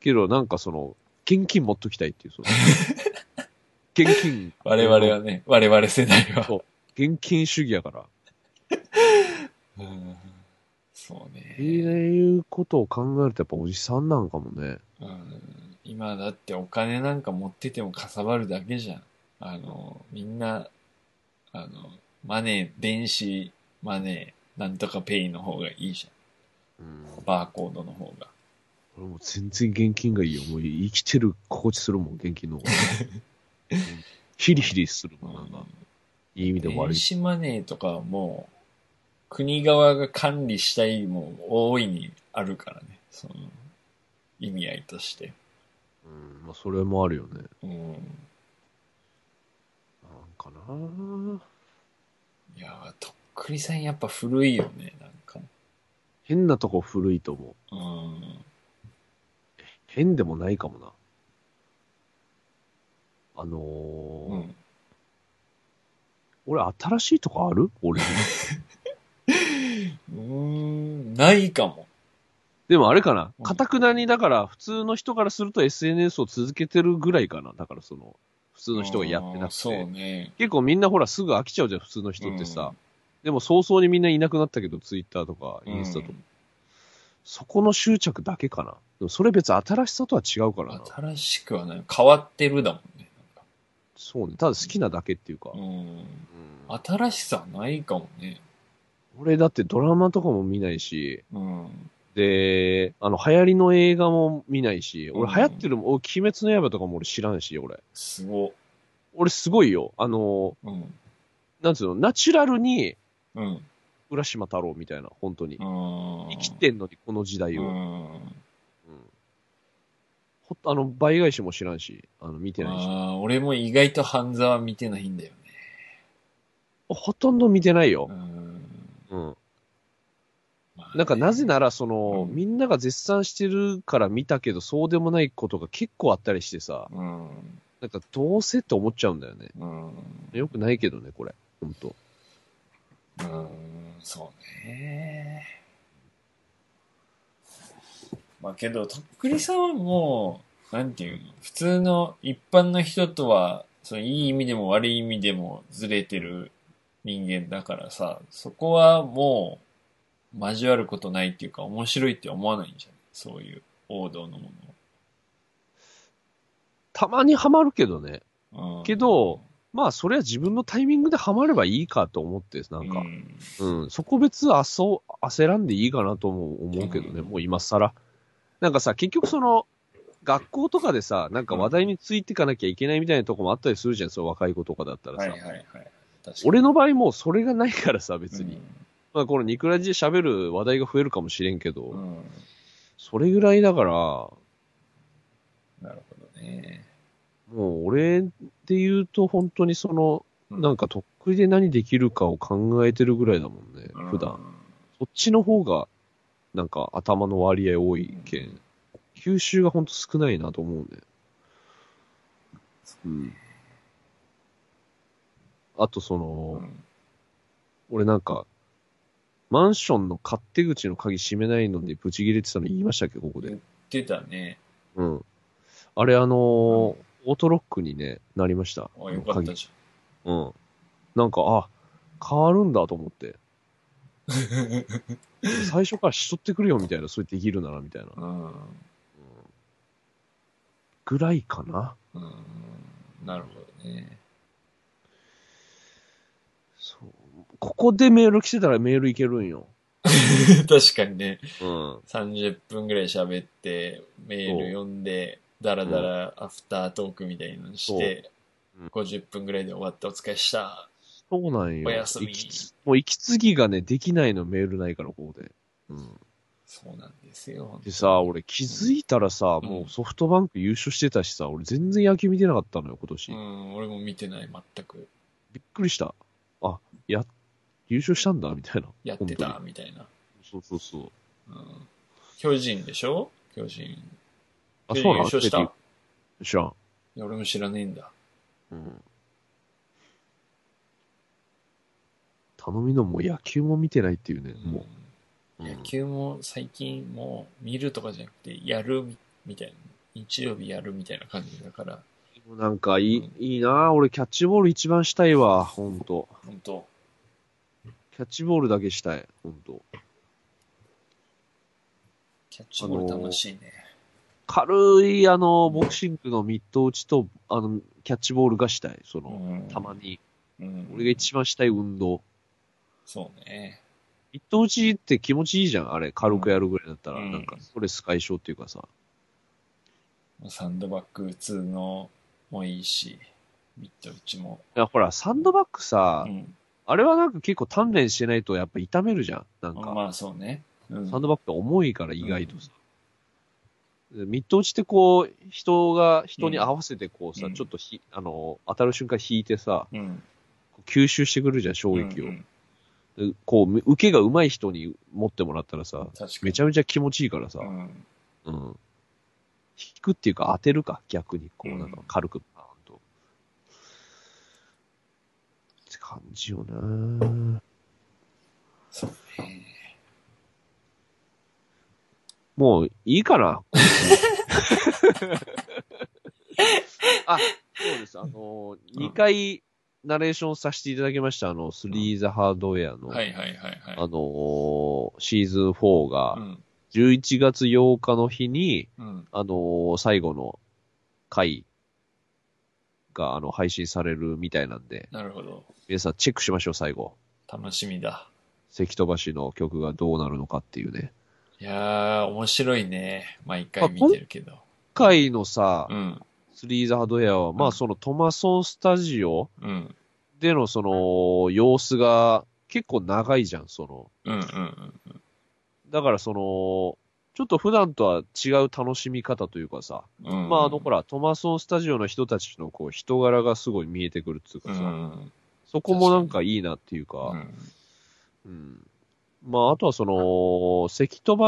S2: けどなんかその、現金持っときたいっていう、その、
S3: (laughs)
S2: 現金。
S3: 我々はね、我々世代は。
S2: そう現金主義やから。っ
S3: うんそう
S2: て
S3: ね。
S2: いうことを考えるとやっぱおじさんなんかもね。
S3: うん今だってお金なんか持っててもかさばるだけじゃん。あの、みんな、あの、マネー、電子マネー、なんとかペイの方がいいじ
S2: うん。
S3: ゃん。バーコードの方が。
S2: 俺もう全然現金がいいよ。
S3: (laughs)
S2: もう生きてる心地するもん、現金の方が。うんヒリヒリするもん、なんか。いい意味でも悪
S3: 電
S2: い。
S3: 子マネーとかはもう、国側が管理したいもん大いにあるからね。その、意味合いとして。
S2: うん、まあ、それもあるよね。
S3: うん。
S2: なんかない
S3: やー、とっくりさんやっぱ古いよね、なんか。
S2: 変なとこ古いと思う。
S3: うん。
S2: 変でもないかもな。あのー
S3: うん。
S2: 俺新しいとこある俺。
S3: うーん、ないかも。
S2: でもあれかな
S3: うん
S2: かたくなに、だから普通の人からすると SNS を続けてるぐらいかな。だからその、普通の人がやって
S3: あ
S2: な
S3: ー
S2: く
S3: そう
S2: て。
S3: ね。
S2: 結構みんなほらすぐ飽きちゃうじゃん、普通の人ってさ。でも早々にみんないなくなったけど、ツイッターとか
S3: うん、
S2: インスタとか。そこの執着だけかな。でもそれ別に新しさとは違うからな。
S3: 新しくはない。変わってるだもんね。
S2: そうね。ただ好きなだけっていうか。
S3: うん。
S2: うん
S3: 新しさないかもね。
S2: 俺だってドラマとかも見ないし、
S3: うん。
S2: で、あの、流行りの映画も見ないし、
S3: う
S2: 俺
S3: ん
S2: 流行ってるもん、俺鬼滅の刃とかも俺知らんし、俺。
S3: すご。
S2: 俺すごいよ。あの、
S3: うん。
S2: なんつうの、ナチュラルに、
S3: うん。
S2: 浦島太郎みたいな、本当に。
S3: うん
S2: 生きてんのに、この時代を。
S3: う
S2: うん
S3: ん。
S2: ほあの、倍返しも知らんし、あの、見てないし。
S3: ああ、俺も意外と半沢見てないんだよね。
S2: ほとんど見てないよ
S3: う。ん。
S2: うん。
S3: まあね
S2: なんか、なぜなら、その、
S3: うん
S2: みんなが絶賛してるから見たけど、そうでもないことが結構あったりしてさ、
S3: うん。
S2: なんか、どうせって思っちゃうんだよね。
S3: うん。
S2: よくないけどね、これ。ほんと。
S3: うーん、そうね。まあけど、とっくりさんはもう、なんていうの、普通の一般の人とは、そのいい意味でも悪い意味でもずれてる人間だからさ、そこはもう、交わることないっていうか、面白いって思わないんじゃないそういう王道のも
S2: たまにはまるけどね。
S3: のを。うん
S2: けど、まあ、それは自分のタイミングではまればいいかと思って、なん
S3: う
S2: か。
S3: ん
S2: うん。そこ別あそう、焦らんでいいかなとも思うけどね、
S3: うん
S2: もう今更。なんかさ、結局その、学校とかでさ、なんか話題についていかなきゃいけないみたいなとこもあったりするじゃん、そう若い子とかだったら
S3: はい
S2: さ。
S3: はいはい。確かに
S2: 俺の場合もうそれがないからさ、別に。
S3: うん
S2: まあ、このニクラジで喋る話題が増えるかもしれんけど、
S3: うん。
S2: それぐらいだから、
S3: なるほどね。
S2: もう俺で言うと本当にその、
S3: うん
S2: なんかとっくりで何できるかを考えてるぐらいだもんね、普段。そっちの方が、なんか頭の割合多いけ、
S3: うん
S2: 吸収が本当少ないなと思うね。うん。あとその、
S3: うん。
S2: 俺なんか、マンションの勝手口の鍵閉めないのでブチ切れてたの言いましたっけ、ここで。
S3: 言ってたね。
S2: うん。あれあのー
S3: うん
S2: オートロックにね、なりました。
S3: あ、よかったじ
S2: うん。なんか、あ、変わるんだと思
S3: (laughs)
S2: って。
S3: ゃん。
S2: 最初からしとってくれよみたいな、それできるならみたいな。
S3: うん。
S2: ぐらいかな。
S3: うん。なるほどね。
S2: そう。ここでメール来てたらメールいけるんよ。
S3: (laughs) 確かにね。
S2: うん。
S3: 30分ぐらい喋って、メール読んで、だらだらアフタートークみたいなのして
S2: そううん、
S3: 50分ぐらいで終わってお疲れした。
S2: そうなんよ。
S3: おやすみ
S2: 息つもう息継ぎがね、できないのメールないから、ここで。うん。
S3: そうなんですよ。
S2: でさ、俺気づいたらさ、
S3: うん
S2: もうソフトバンク優勝してたしさ、俺全然野球見てなかったのよ、今年。
S3: うん、俺も見てない、全く。
S2: びっくりした。あ、や、優勝したんだ、みたいな。
S3: やって
S2: 本
S3: た、みたいな。
S2: 当に。そうそうそう。
S3: うん。巨人でしょ巨人。
S2: あ、
S3: 巨人優
S2: そうなの
S3: 勝した。い
S2: テレビ知らん。
S3: や俺も知らねえんだ。
S2: うん。頼みのもう野球も見てないっていうね、もう。
S3: うん
S2: うん
S3: 野球も最近もう見るとかじゃなくて、やるみみたいな。日曜日やるみたいな感じだから、
S2: もうなんかいい、いいなぁ俺キャッチボール一番したいわ、ほんと。
S3: 本当
S2: キャッチボールだけしたい、ほんと。
S3: キャッチボール楽しいね。
S2: 軽い、あの、ボクシングのミット打ちと、あの、キャッチボールがしたい、その、
S3: うん
S2: たまに。
S3: うん、
S2: 俺が一番したい運動。
S3: そうね。
S2: ミット打ちって気持ちいいじゃん、あれ。軽くやるぐらいだったら、
S3: うん
S2: なんか、ストレス解消っていうかさ。
S3: サンドバッグ打つのもいいし、ミット打ちも。
S2: いや、ほら、サンドバッグさ、
S3: うん。
S2: あれはなんか結構鍛錬してないとやっぱ痛めるじゃん。なんか、
S3: まあそうね。うん
S2: サンドバッグって重いから意外とさ。でミット打ちってこう、人が、人に合わせてこうさ、
S3: うん
S2: ちょっとひ、あの、当たる瞬間引いてさ、
S3: うん。
S2: こう吸収してくるじゃん、衝撃を。
S3: うんうん
S2: でこう、受けが上手い人に持ってもらったらさ、
S3: 確かに。
S2: めちゃめちゃ気持ちいいからさ、
S3: うん。
S2: うん。引くっていうか当てるか、逆に、こう、
S3: うん
S2: なんか軽く、パーンと。って感じよな
S3: そうね。
S2: もう、いいかな (laughs) あ、そうです。あの、2回、ナレーションさせていただきました、あの、スリーザハードウェアの、
S3: はいはいはい
S2: あ
S3: は
S2: の
S3: い。
S2: ーシーズン4が
S3: う、ん。
S2: 11月8日の日に、
S3: うん。
S2: あのー最後の回が、あの、配信されるみたいなんで、
S3: なるほど。
S2: 皆さんチェックしましょう、最後。
S3: 楽しみだ。
S2: 関戸橋の曲がどうなるのかっていうね。
S3: いやー、面白いね。毎回見てるけど。
S2: 今回のさ
S3: う、ん。
S2: スリーザハードウェアは、ま
S3: う
S2: あ
S3: ん
S2: そのトマソンスタジオ
S3: うん。
S2: でのその様子が結構長いじゃん、その。
S3: うんうんうん。
S2: だからその、ちょっと普段とは違う楽しみ方というかさ、
S3: うん、
S2: まああのほら、トマソンスタジオの人たちのこう人柄がすごい見えてくるっていう
S3: う
S2: かさ、
S3: ん。
S2: そこもなんかいいなっていう
S3: う
S2: か、
S3: ん。
S2: うん。まああとはその、関戸橋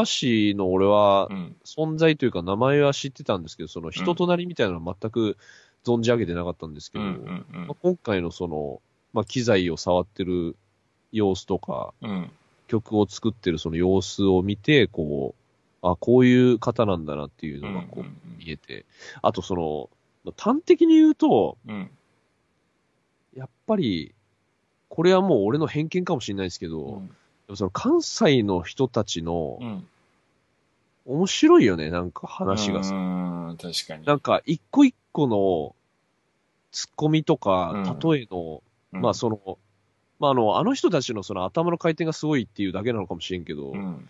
S2: の俺は
S3: うん。
S2: 存在というか名前は知ってたんですけど、その人となりみたいなのは全く存じ上げてなかったんですけ
S3: うんう
S2: ど、
S3: ん
S2: まあ、今回のその、まあ、機材を触ってる様子とか、
S3: うん。うん。
S2: 曲を作ってるその様子を見て、こう、あ、こういう方なんだなっていうのがこう見えて、あとその、まあ端的に言うと、
S3: うん。
S2: やっぱり、これはもう俺の偏見かもしれないですけど、
S3: うん。
S2: でもその関西の人たちの
S3: うん。
S2: 面白いよね、なんか話がさ。
S3: うん。確かに。
S2: なんか一個一個のツッコミとか、
S3: うん
S2: 例えの、まあその、まああの、あの人たちのその頭の回転がすごいっていうだけなのかもしれんけど、
S3: うん。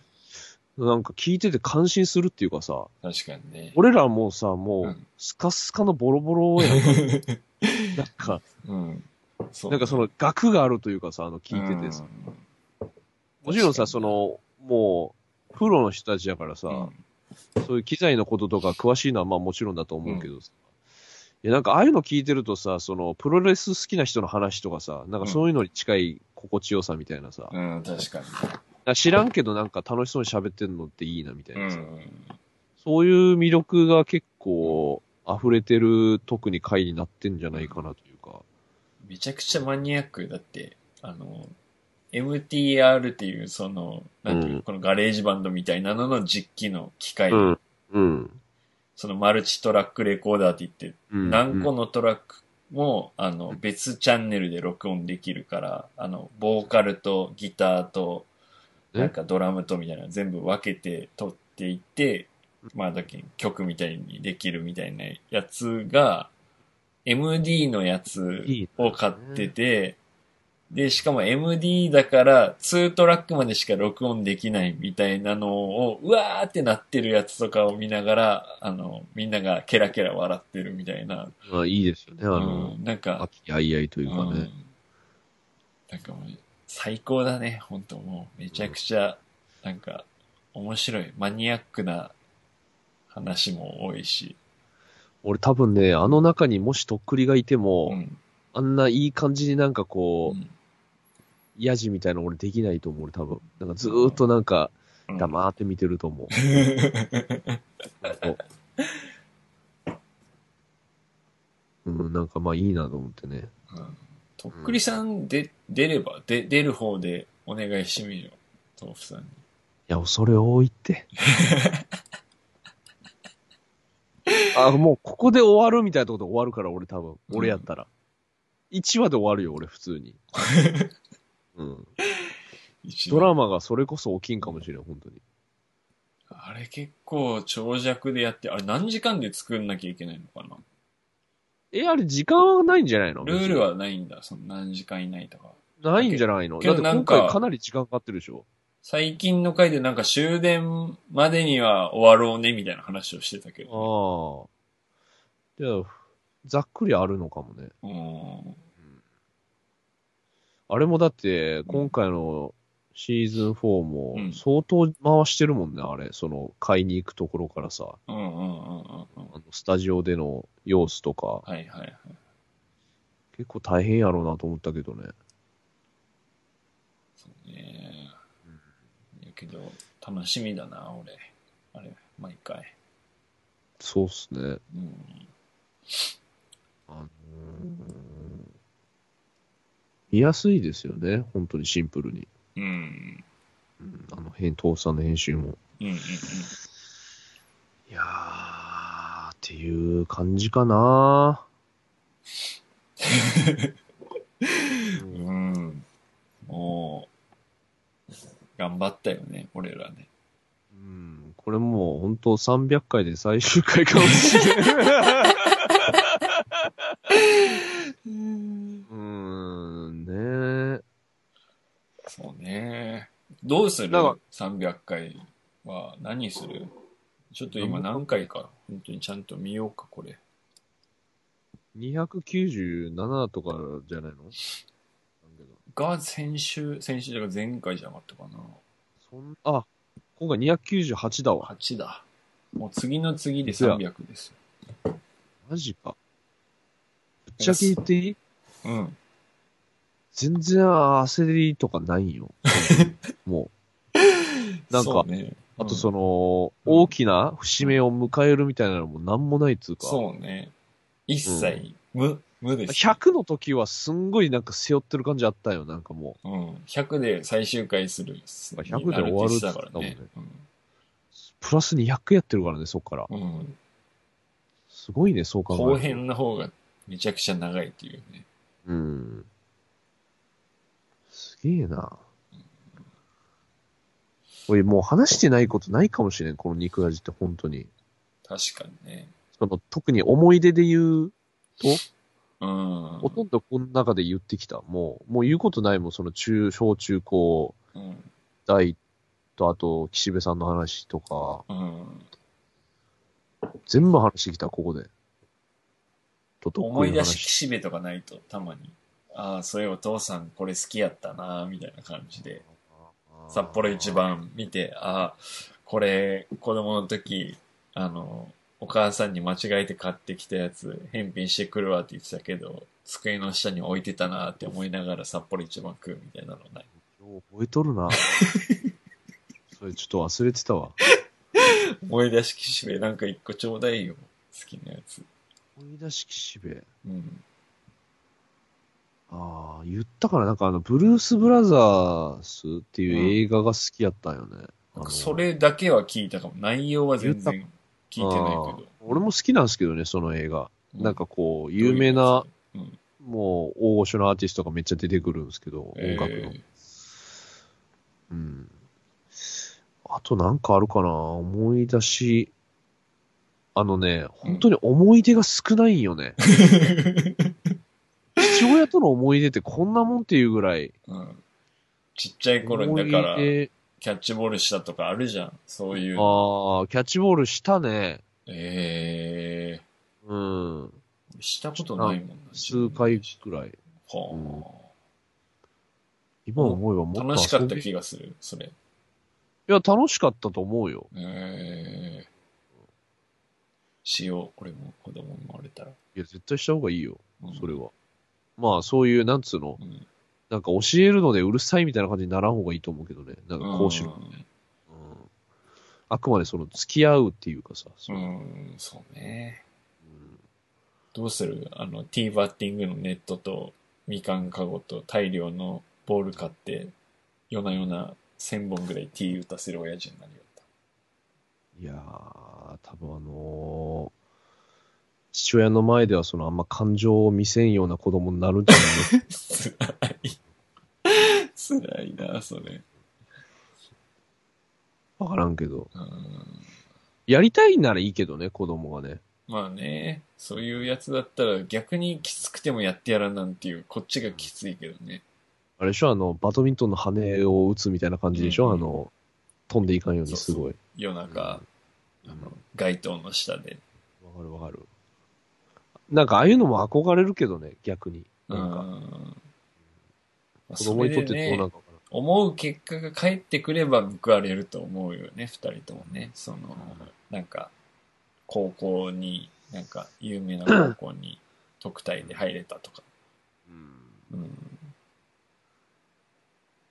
S2: なんか聞いてて感心するっていうかさ、
S3: 確かにね。
S2: 俺らもうさ、も
S3: う、
S2: うんスカスカのボロボロやん。
S3: (laughs)
S2: なんか、
S3: うん。そ
S2: なんかその、額があるというかさ、あの、聞いててさ、もちろんさ、そ、の、もう、プロの人たちだからさ、
S3: うん
S2: そういう機材のこととか詳しいのはまあもちろんだと思うけどさ、いやなんかああいうの聞いてるとさ、その、プロレス好きな人の話とかさ、なんかそういうのに近い心地よさみたいなさ、
S3: うん、確か
S2: だから知らんけどなんか楽しそうに喋ってんのっていいなみたい
S3: に。う
S2: なさ、
S3: ん。
S2: そういう魅力が結構溢れてる特に回になってんじゃないかなというか。
S3: めちゃくちゃマニアックだって、あの、MTR っていう、その、なんていう、
S2: うん
S3: このガレージバンドみたいなのの実機の機械、
S2: うん。うん。
S3: そのマルチトラックレコーダーって言って、
S2: うん、
S3: 何個のトラックも、あの、別チャンネルで録音できるから、あの、ボーカルとギターと、
S2: え
S3: なんかドラムとみたいなの全部分けて撮っていって、まあだけ曲みたいにできるみたいなやつが、MD のやつを買ってて、で、しかも MD だから2トラックまでしか録音できないみたいなのを、うわーってなってるやつとかを見ながら、あの、みんながケラケラ笑ってるみたいな、
S2: まあいいですよね、あ
S3: う
S2: の、
S3: ん、なんか
S2: あ、きあいあいといううんかね。
S3: なんかもう、最高だね、本当もう、めちゃくちゃ、なんか、面白い。マニアックな話も多いし。
S2: 俺多分ね、あの中にもしとっくりがいても、
S3: うん。
S2: あんないい感じになんかこ
S3: う
S2: う、
S3: ん
S2: ヤジみたいなの俺できないと思う、俺多分。なんかずーっとなんか、
S3: うん
S2: 黙って見てる
S3: (laughs)
S2: と思う。なんかうん、なんかまあいいなと思ってね。
S3: うんとっくりさんで、出れば、で、出る方でお願いしてみるよ。豆腐さんに。
S2: いや、恐れ多い
S3: (laughs)
S2: って。あ、もうここで終わるみたいなとこで終わるから、俺多分。俺やったら。1話で終わるよ、俺、普
S3: (laughs)
S2: 通に。うん。
S3: 一
S2: ド
S3: 番
S2: ラマがそれこそ起きんかもしれん、本当に。
S3: あれ結構長尺でやって、あれ何時間で作んなきゃいけないのかな
S2: え、あれ時間はないんじゃないの
S3: ルールはないんだ。その何時間以内とか。
S2: ないんじゃないの
S3: け
S2: だっ
S3: ど
S2: て
S3: なん
S2: 今
S3: か
S2: 回かなり時間かかってるでしょ。
S3: 最近の回でなんか終電までには終わろうねみたいな話をしてたけど。
S2: ああ。じゃあ、ざっくりあるのかもね。
S3: うん。
S2: あれもだって、今回のシーズン4も
S3: うん
S2: 相当回してるもんね、あれ。その、買いに行くところからさ、
S3: うんうんうんうんうん。
S2: あのスタジオでの様子とか、
S3: はいはいはい。
S2: 結構大変やろうなと思ったけどね。
S3: そうね。やけど、楽しみだな、俺。あれ、毎回。
S2: そうっすね。
S3: うん。
S2: あのー見やすいですよね、本当にシンプルに。
S3: うん。
S2: うんあの、編、父さんの編集も。
S3: うんうんうん。
S2: いやー、っていう感じかな。
S3: うん。もう、頑張ったよね、俺らね。
S2: うん、これもう本当300回で最終回かもしれない。うーん、ね
S3: そうね。どうする
S2: なんか
S3: ?300 回は何するちょっと今何回か、本当にちゃんと見ようか、これ。
S2: え。297とかじゃないのなんだけど
S3: が、先週、先週だから前回じゃなかったかな。
S2: そんあ、今回298だわ。
S3: 8だ。もう次の次で300です
S2: マジか。ぶっちゃけ言っていい
S3: よ。うん。
S2: 全然焦りとかないよ。もう。なん
S3: そ
S2: か
S3: う、ね、
S2: あ
S3: う
S2: とそ
S3: ん
S2: の、大きな節目を迎えるみたいなのもなんもないっつうか。
S3: そうね。一切、無、無です。
S2: 100の時はすんごいなんか背負ってる感じあったよ、なんかもう。
S3: うん。100で最終回する。
S2: まあ
S3: 100
S2: 100で終わるっつ
S3: だ
S2: っ
S3: か
S2: た
S3: ら
S2: もん
S3: ね
S2: ね。
S3: うん
S2: プラス200やってるからね、そっから。
S3: うん。
S2: すごいね、そう考えると
S3: 後。編の方がめちゃくちゃ長いっていうね。
S2: うん。すげえな。おい、もう話してないことないかもしれん、この肉味って本当に。
S3: 確かにね。
S2: その、特に思い出で言う、
S3: うん。
S2: ほとんどこの中で言ってきた。もう、もう言うことないもん、その中、小中高、
S3: うん。
S2: 大と、あと、岸辺さんの話とか。
S3: うん。
S2: 全部話してきた、ここで。ととっ
S3: 思
S2: く
S3: い
S2: り
S3: 出
S2: の
S3: し
S2: 話。
S3: 岸辺とかないと、たまに。ああ、そういえばお父さんこれ好きやったな、みたいな感じで。札幌一番見て、ああ、これ、子供の時、あの、お母さんに間違えて買ってきたやつ、返品してくるわって言ってたけど、机の下に置いてたなって思いながら札幌一番食うみたいなのない。
S2: よう覚えとるな。 (laughs) それちょっと忘れてたわ。
S3: 思い出し岸辺なんか一個ちょうだいよ。好きなやつ。
S2: 思い出し岸辺。
S3: うん。
S2: ああ、言ったからなんかあの、ブルース・ブラザースっていう映画が好きやったんよね。
S3: な
S2: あ
S3: ん
S2: の
S3: かそれだけは聞いたかも。内容は全然聞いてないけ
S2: あー
S3: ど。
S2: 俺も好きなんですけどね、その映画。なんかこ
S3: ど
S2: う、
S3: ういう
S2: 有名な、
S3: やつ、うん
S2: もう、大御所のアーティストがめっちゃ出てくるんですけど、音楽の。
S3: え
S2: うん。あとなんかあるかな思い出し。あのね、本当に思い出が少ないんよ
S3: (laughs)
S2: ね。
S3: ー
S2: 父親との思い出ってこんなもんっていうぐらい。
S3: うんちっちゃい頃に
S2: 思い
S3: だから、
S2: 出、
S3: キャッチボールしたとかあるじゃん。そういう
S2: あ
S3: の。
S2: あ、キャッチボールしたね。
S3: え
S2: うん。
S3: えしたことないもんな。
S2: 数回くらい。
S3: は
S2: 今思えばも
S3: あ
S2: っと
S3: 楽しかった
S2: 遊び
S3: 気がする、それ。
S2: いや、楽しかったと思うよ。
S3: えー、しよう。俺も子供生まれたら。
S2: いや、絶対した方がいいよ、
S3: うん
S2: それは。まあ、そういう、なんつうの、
S3: うん
S2: なんか教えるのでうるさいみたいな感じにならん方がいいと思うけどね。なんか講師の。うんあくまでその付き合うっていうかさ、そ
S3: うん、
S2: の
S3: うんそうね。どうするあの、ティーバッティングのネットと、みかんかごと大量のボール買って、夜な夜な1000本ぐらいティー打たせる親父になるよ。
S2: いやー、多分あのー父親の前ではそのあんま感情を見せんような子供になるんじゃない
S3: つらい。つらいな、それ。
S2: わからんけど。 (laughs)
S3: うん
S2: やりたいならいいけどね、子供がね。
S3: まあね、そういうやつだったら逆にきつくてもやってやらんなんていう、こっちがきついけどね。
S2: あれでしょあの、バドミントンの羽を打つみたいな感じでしょ、
S3: うん
S2: あの、飛んでいかんようにすごい。
S3: 夜中、
S2: うん
S3: あの街灯の下で。
S2: わかるわかる。なんかああいうのも憧れるけどね、逆に。なんか、
S3: うんまあ
S2: 子
S3: そ
S2: 供
S3: れ
S2: にと
S3: で
S2: ってどう
S3: ね
S2: なの、かわからん
S3: 思う結果が返ってくれば報われると思うよね、二人ともね。その、なんか、高校に、なんか、有
S2: (clears throat)
S3: 名な高校に特待で入れたとか。
S2: うん
S3: うん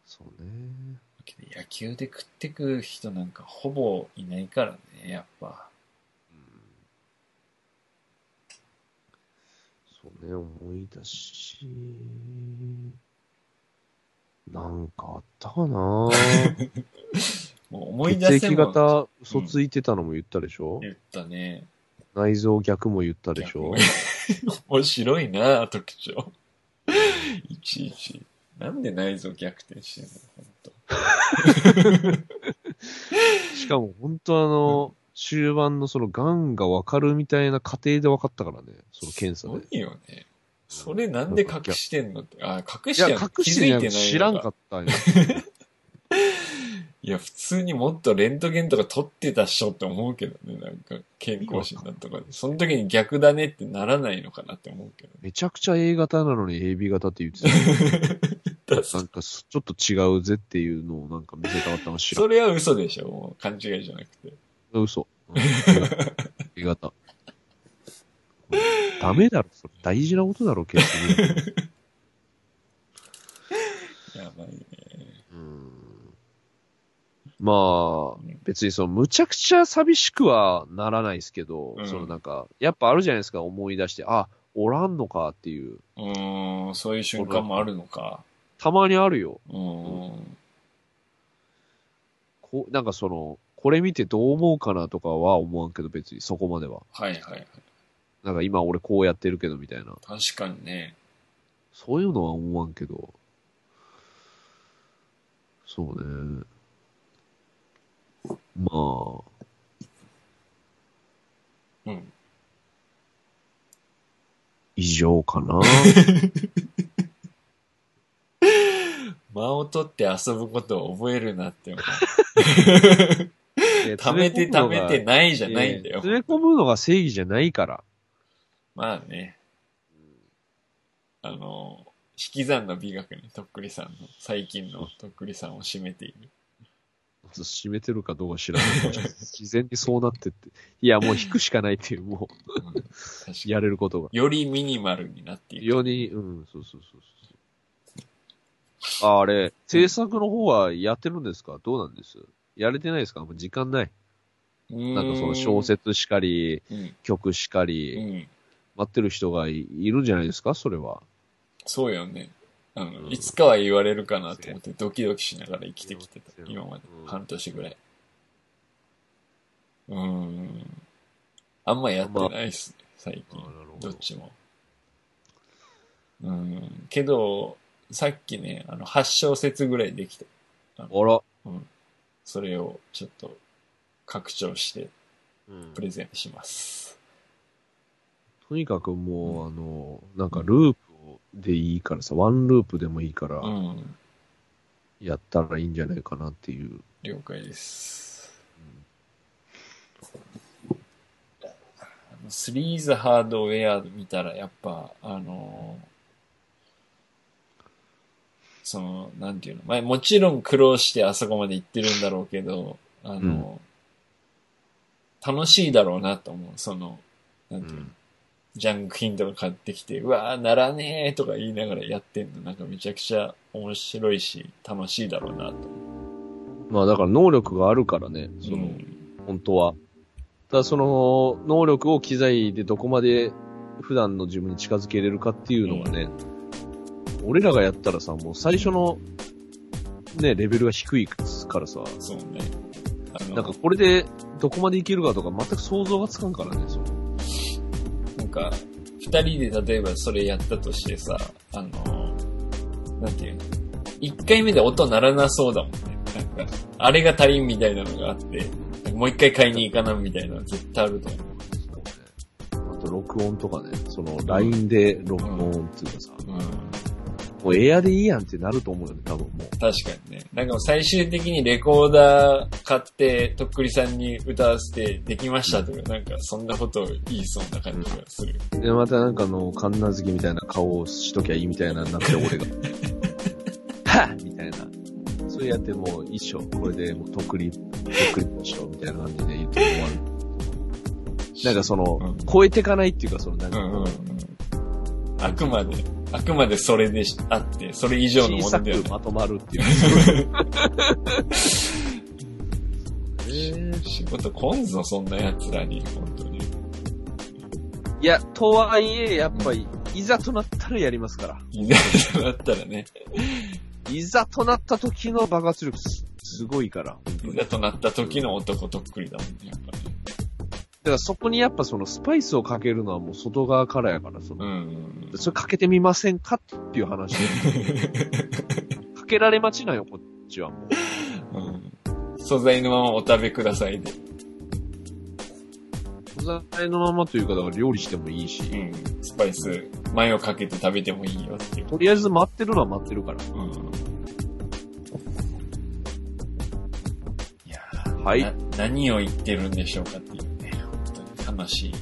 S2: そうね。
S3: けど野球で食ってく人なんかほぼいないからねやっぱ
S2: そうね、思い出し。なんかあったか (laughs) な
S3: もう思い
S2: 血
S3: 出せ
S2: 液
S3: も
S2: 型嘘ついてたのも言ったでしょ、
S3: 言ったね
S2: 内臓逆も言ったでしょ
S3: 逆 (laughs) 面白いな特徴いちいちなんで内臓逆転してんの本当
S2: しかも本当あの、終盤のその癌がわかるみたいな過程でわかったからね、その検査で。
S3: いいよねそれなんで隠してんのってあ隠してんの
S2: 隠し
S3: 気
S2: て
S3: づいてないの
S2: 知らんかったんや。
S3: いや普通にもっとレントゲンとか取ってたっしょって思うけどねなんか健康診断とかでその時に逆だねってならないのかなって思うけど
S2: めちゃくちゃ A 型なのに AB 型って言ってた。
S3: だ
S2: (laughs) なんかすちょっと違うぜっていうのをなんか見せたかったの知らん
S3: それは嘘でしょもう勘違いじゃなくて。
S2: 嘘。A 型。ダメだろ、それ大事なことだろ、結局。
S3: (laughs) やばいね。
S2: うんまあ、別にその、むちゃくちゃ寂しくはならないですけど、
S3: うん
S2: そのなんか、やっぱあるじゃないですか、思い出して、あ、おらんのかっていう。
S3: うーん、そういう瞬間もあるのか。
S2: たまにあるよ。
S3: うーん。
S2: こうなんかその、これ見てどう思うかなとかは思わんけど、別にそこまでは。
S3: はいはいはい。
S2: なんか今俺こうやってるけどみたいな。
S3: 確かにね。
S2: そういうのは思わんけど。そうね。まあ、
S3: うん。
S2: 以上かな。
S3: 間を取って遊ぶことを覚えるなって思う。(laughs)
S2: 溜
S3: 溜めて溜めてないじゃないんだよ。
S2: 詰め込むのが正義じゃないから。
S3: まあね。あの、引き算の美学にとっくりさんの、最近のとっくりさんを占め (laughs) ている。
S2: 締めてるかどうか知らないけど。自然にそうなってって。いや、もう引くしかないっていう、もう、
S3: うん確かに。
S2: やれることが。
S3: よりミニマルになってい
S2: 非
S3: る。
S2: 常に、うん、そうそうそうそう。ああれ、制作の方はやってるんですかどうなんですやれてないですかもう時間ない。
S3: な
S2: な
S3: ん
S2: かその小。説しかり、
S3: うん。
S2: 曲しか
S3: う
S2: り、
S3: ん。
S2: 待ってる人がいいるんじゃないですかそれは。
S3: そうよね。あの、
S2: うん
S3: いつかは言われるかなと思ってドキドキしながら生きてきてた
S2: そ。う
S3: 今まで
S2: う。ん
S3: 半年ぐらい。うーん。あんまやってないっすね、最近。どっちも。うーん。けど、さっきね、あの、8小節ぐらいできて、
S2: あら。
S3: それをちょっと拡張してプレゼントします。
S2: とにかくもう、あの、なんかループでいいからさ、ワンループでもいいか
S3: う
S2: ら、
S3: ん。
S2: やったらいいんじゃないかなっていう。
S3: 了解です。あのスリーズハードウェア見たらやっぱ、あのーその、なんていうの、まあ、もちろん苦労してあそこまで行ってるんだろうけど、あの、楽しいだろうなと思う。その、なんていうの、
S2: うん
S3: ジャンク品とか買ってきて、うわーならねーとか言いながらやってんの、なんかめちゃくちゃ面白いし、楽しいだろうなと思う。
S2: まあだから能力があるからね、その、
S3: うん
S2: 本当は。ただその、能力を機材でどこまで普段の自分に近づけれるかっていうのがね、俺らがやったらさ、もう最初の、ね、レベルが低いからさ、
S3: そうね。あの
S2: なんかこれでどこまでいけるかとか全く想像がつかんからね、その
S3: なんか、二人で例えばそれやったとしてさ、あの、なんていうの一回目で音鳴らなそうだもんね。なんか、あれが足りんみたいなのがあって、なんかもう一回買いに行かなみたいなの絶対あると思
S2: あと録音とかね、その LINE で録音っていうかさ、
S3: う。うん。
S2: もうエアでいいやんってなると思うよね、多分も
S3: 確
S2: う。
S3: かにね。なんか最終的にレコーダー買って、とっくりさんに歌わせてできましたとか、なんかそんなことを言いそうな感じがする。
S2: で、またなんかあの、神奈月みたいな顔をしときゃいいみたいなになって、
S3: (laughs)
S2: 俺が。はっみたいな。それやってもう一緒。これでもうとっくり、とっくりましょうみたいな感じで言って終わる。なんかその、
S3: うん
S2: 超えてかないっていうか、その、なん
S3: う
S2: か、
S3: んうんうん。あくまで、あくまでそれでしあって、それ以上の
S2: 小
S3: も
S2: さ
S3: の
S2: く
S3: ではない。
S2: まとまるっていう。
S3: (laughs)
S2: えー
S3: 仕事こんぞ、そんな奴らに、本当に。 (laughs)
S2: いや、とはいえ、やっぱり、いざとなったらやりますから。
S3: いないとなったらね、
S2: いざとなった時の爆発力すすごいから。
S3: いざとなった時の男とっくりだもんね、やっぱね。
S2: だからそこにやっぱそのスパイスをかけるのはもう外側からやから、その、
S3: うんうん
S2: それかけてみませんかってい
S3: (laughs)
S2: う話。かけられ待ちなんよ、こっちはもう。
S3: うん。うん。素材のままお食べくださいで。
S2: 素材のままというか、だから料理してもいいし、
S3: うん。スパイス、前をかけて食べてもいいよっていう。
S2: とりあえず待ってるのは待ってるから。
S3: うん。いや
S2: は
S3: ー
S2: い。
S3: な何を言ってるんでしょうかっていうね、本当に悲しい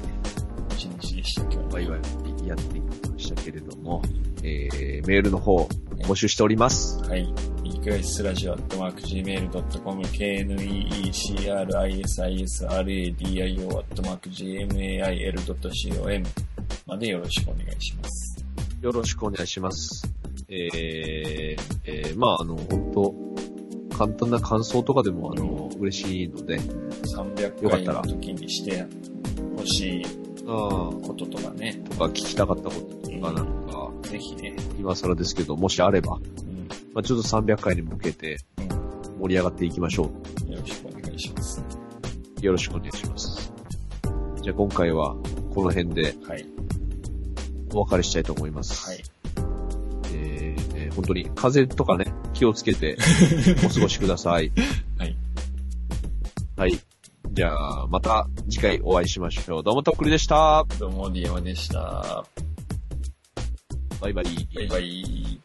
S3: 一日でした、今日は。
S2: ワイワイやっていきましたけれども、えー、メールの方、募集しております。
S3: はい。イクライスラジオアットマーク Gmail.com、KNEECRISISRADIO アットマーク GMAIL.com までよろしくお願いします。
S2: よろしくお願いします。えー、えー、まああの、本当簡単な感想とかでも、あの、嬉しいので、
S3: 300
S2: よかっ
S3: 回
S2: たら
S3: の時にして欲しい
S2: あ
S3: こととかね、
S2: とか聞きたかったこととかなんか、
S3: ぜひね。
S2: 今更ですけど、もしあれば、
S3: うん。
S2: まあ、ちょっと300回に向けて
S3: う
S2: 盛り上がっていきましょ
S3: ん。よろしくお願いします。
S2: う。よろしくお願いします。じゃあ今回はこの辺で
S3: はい。
S2: お別れしたいと思います。
S3: はい。
S2: えーえー本当に風邪とかね、気をつけてお過ごしください。
S3: はい。
S2: はい。じゃあまた次回お会いしましょう。どうもとっくりでした。
S3: どうも、ディエマでした。
S2: バイバイ。
S3: バイバイ。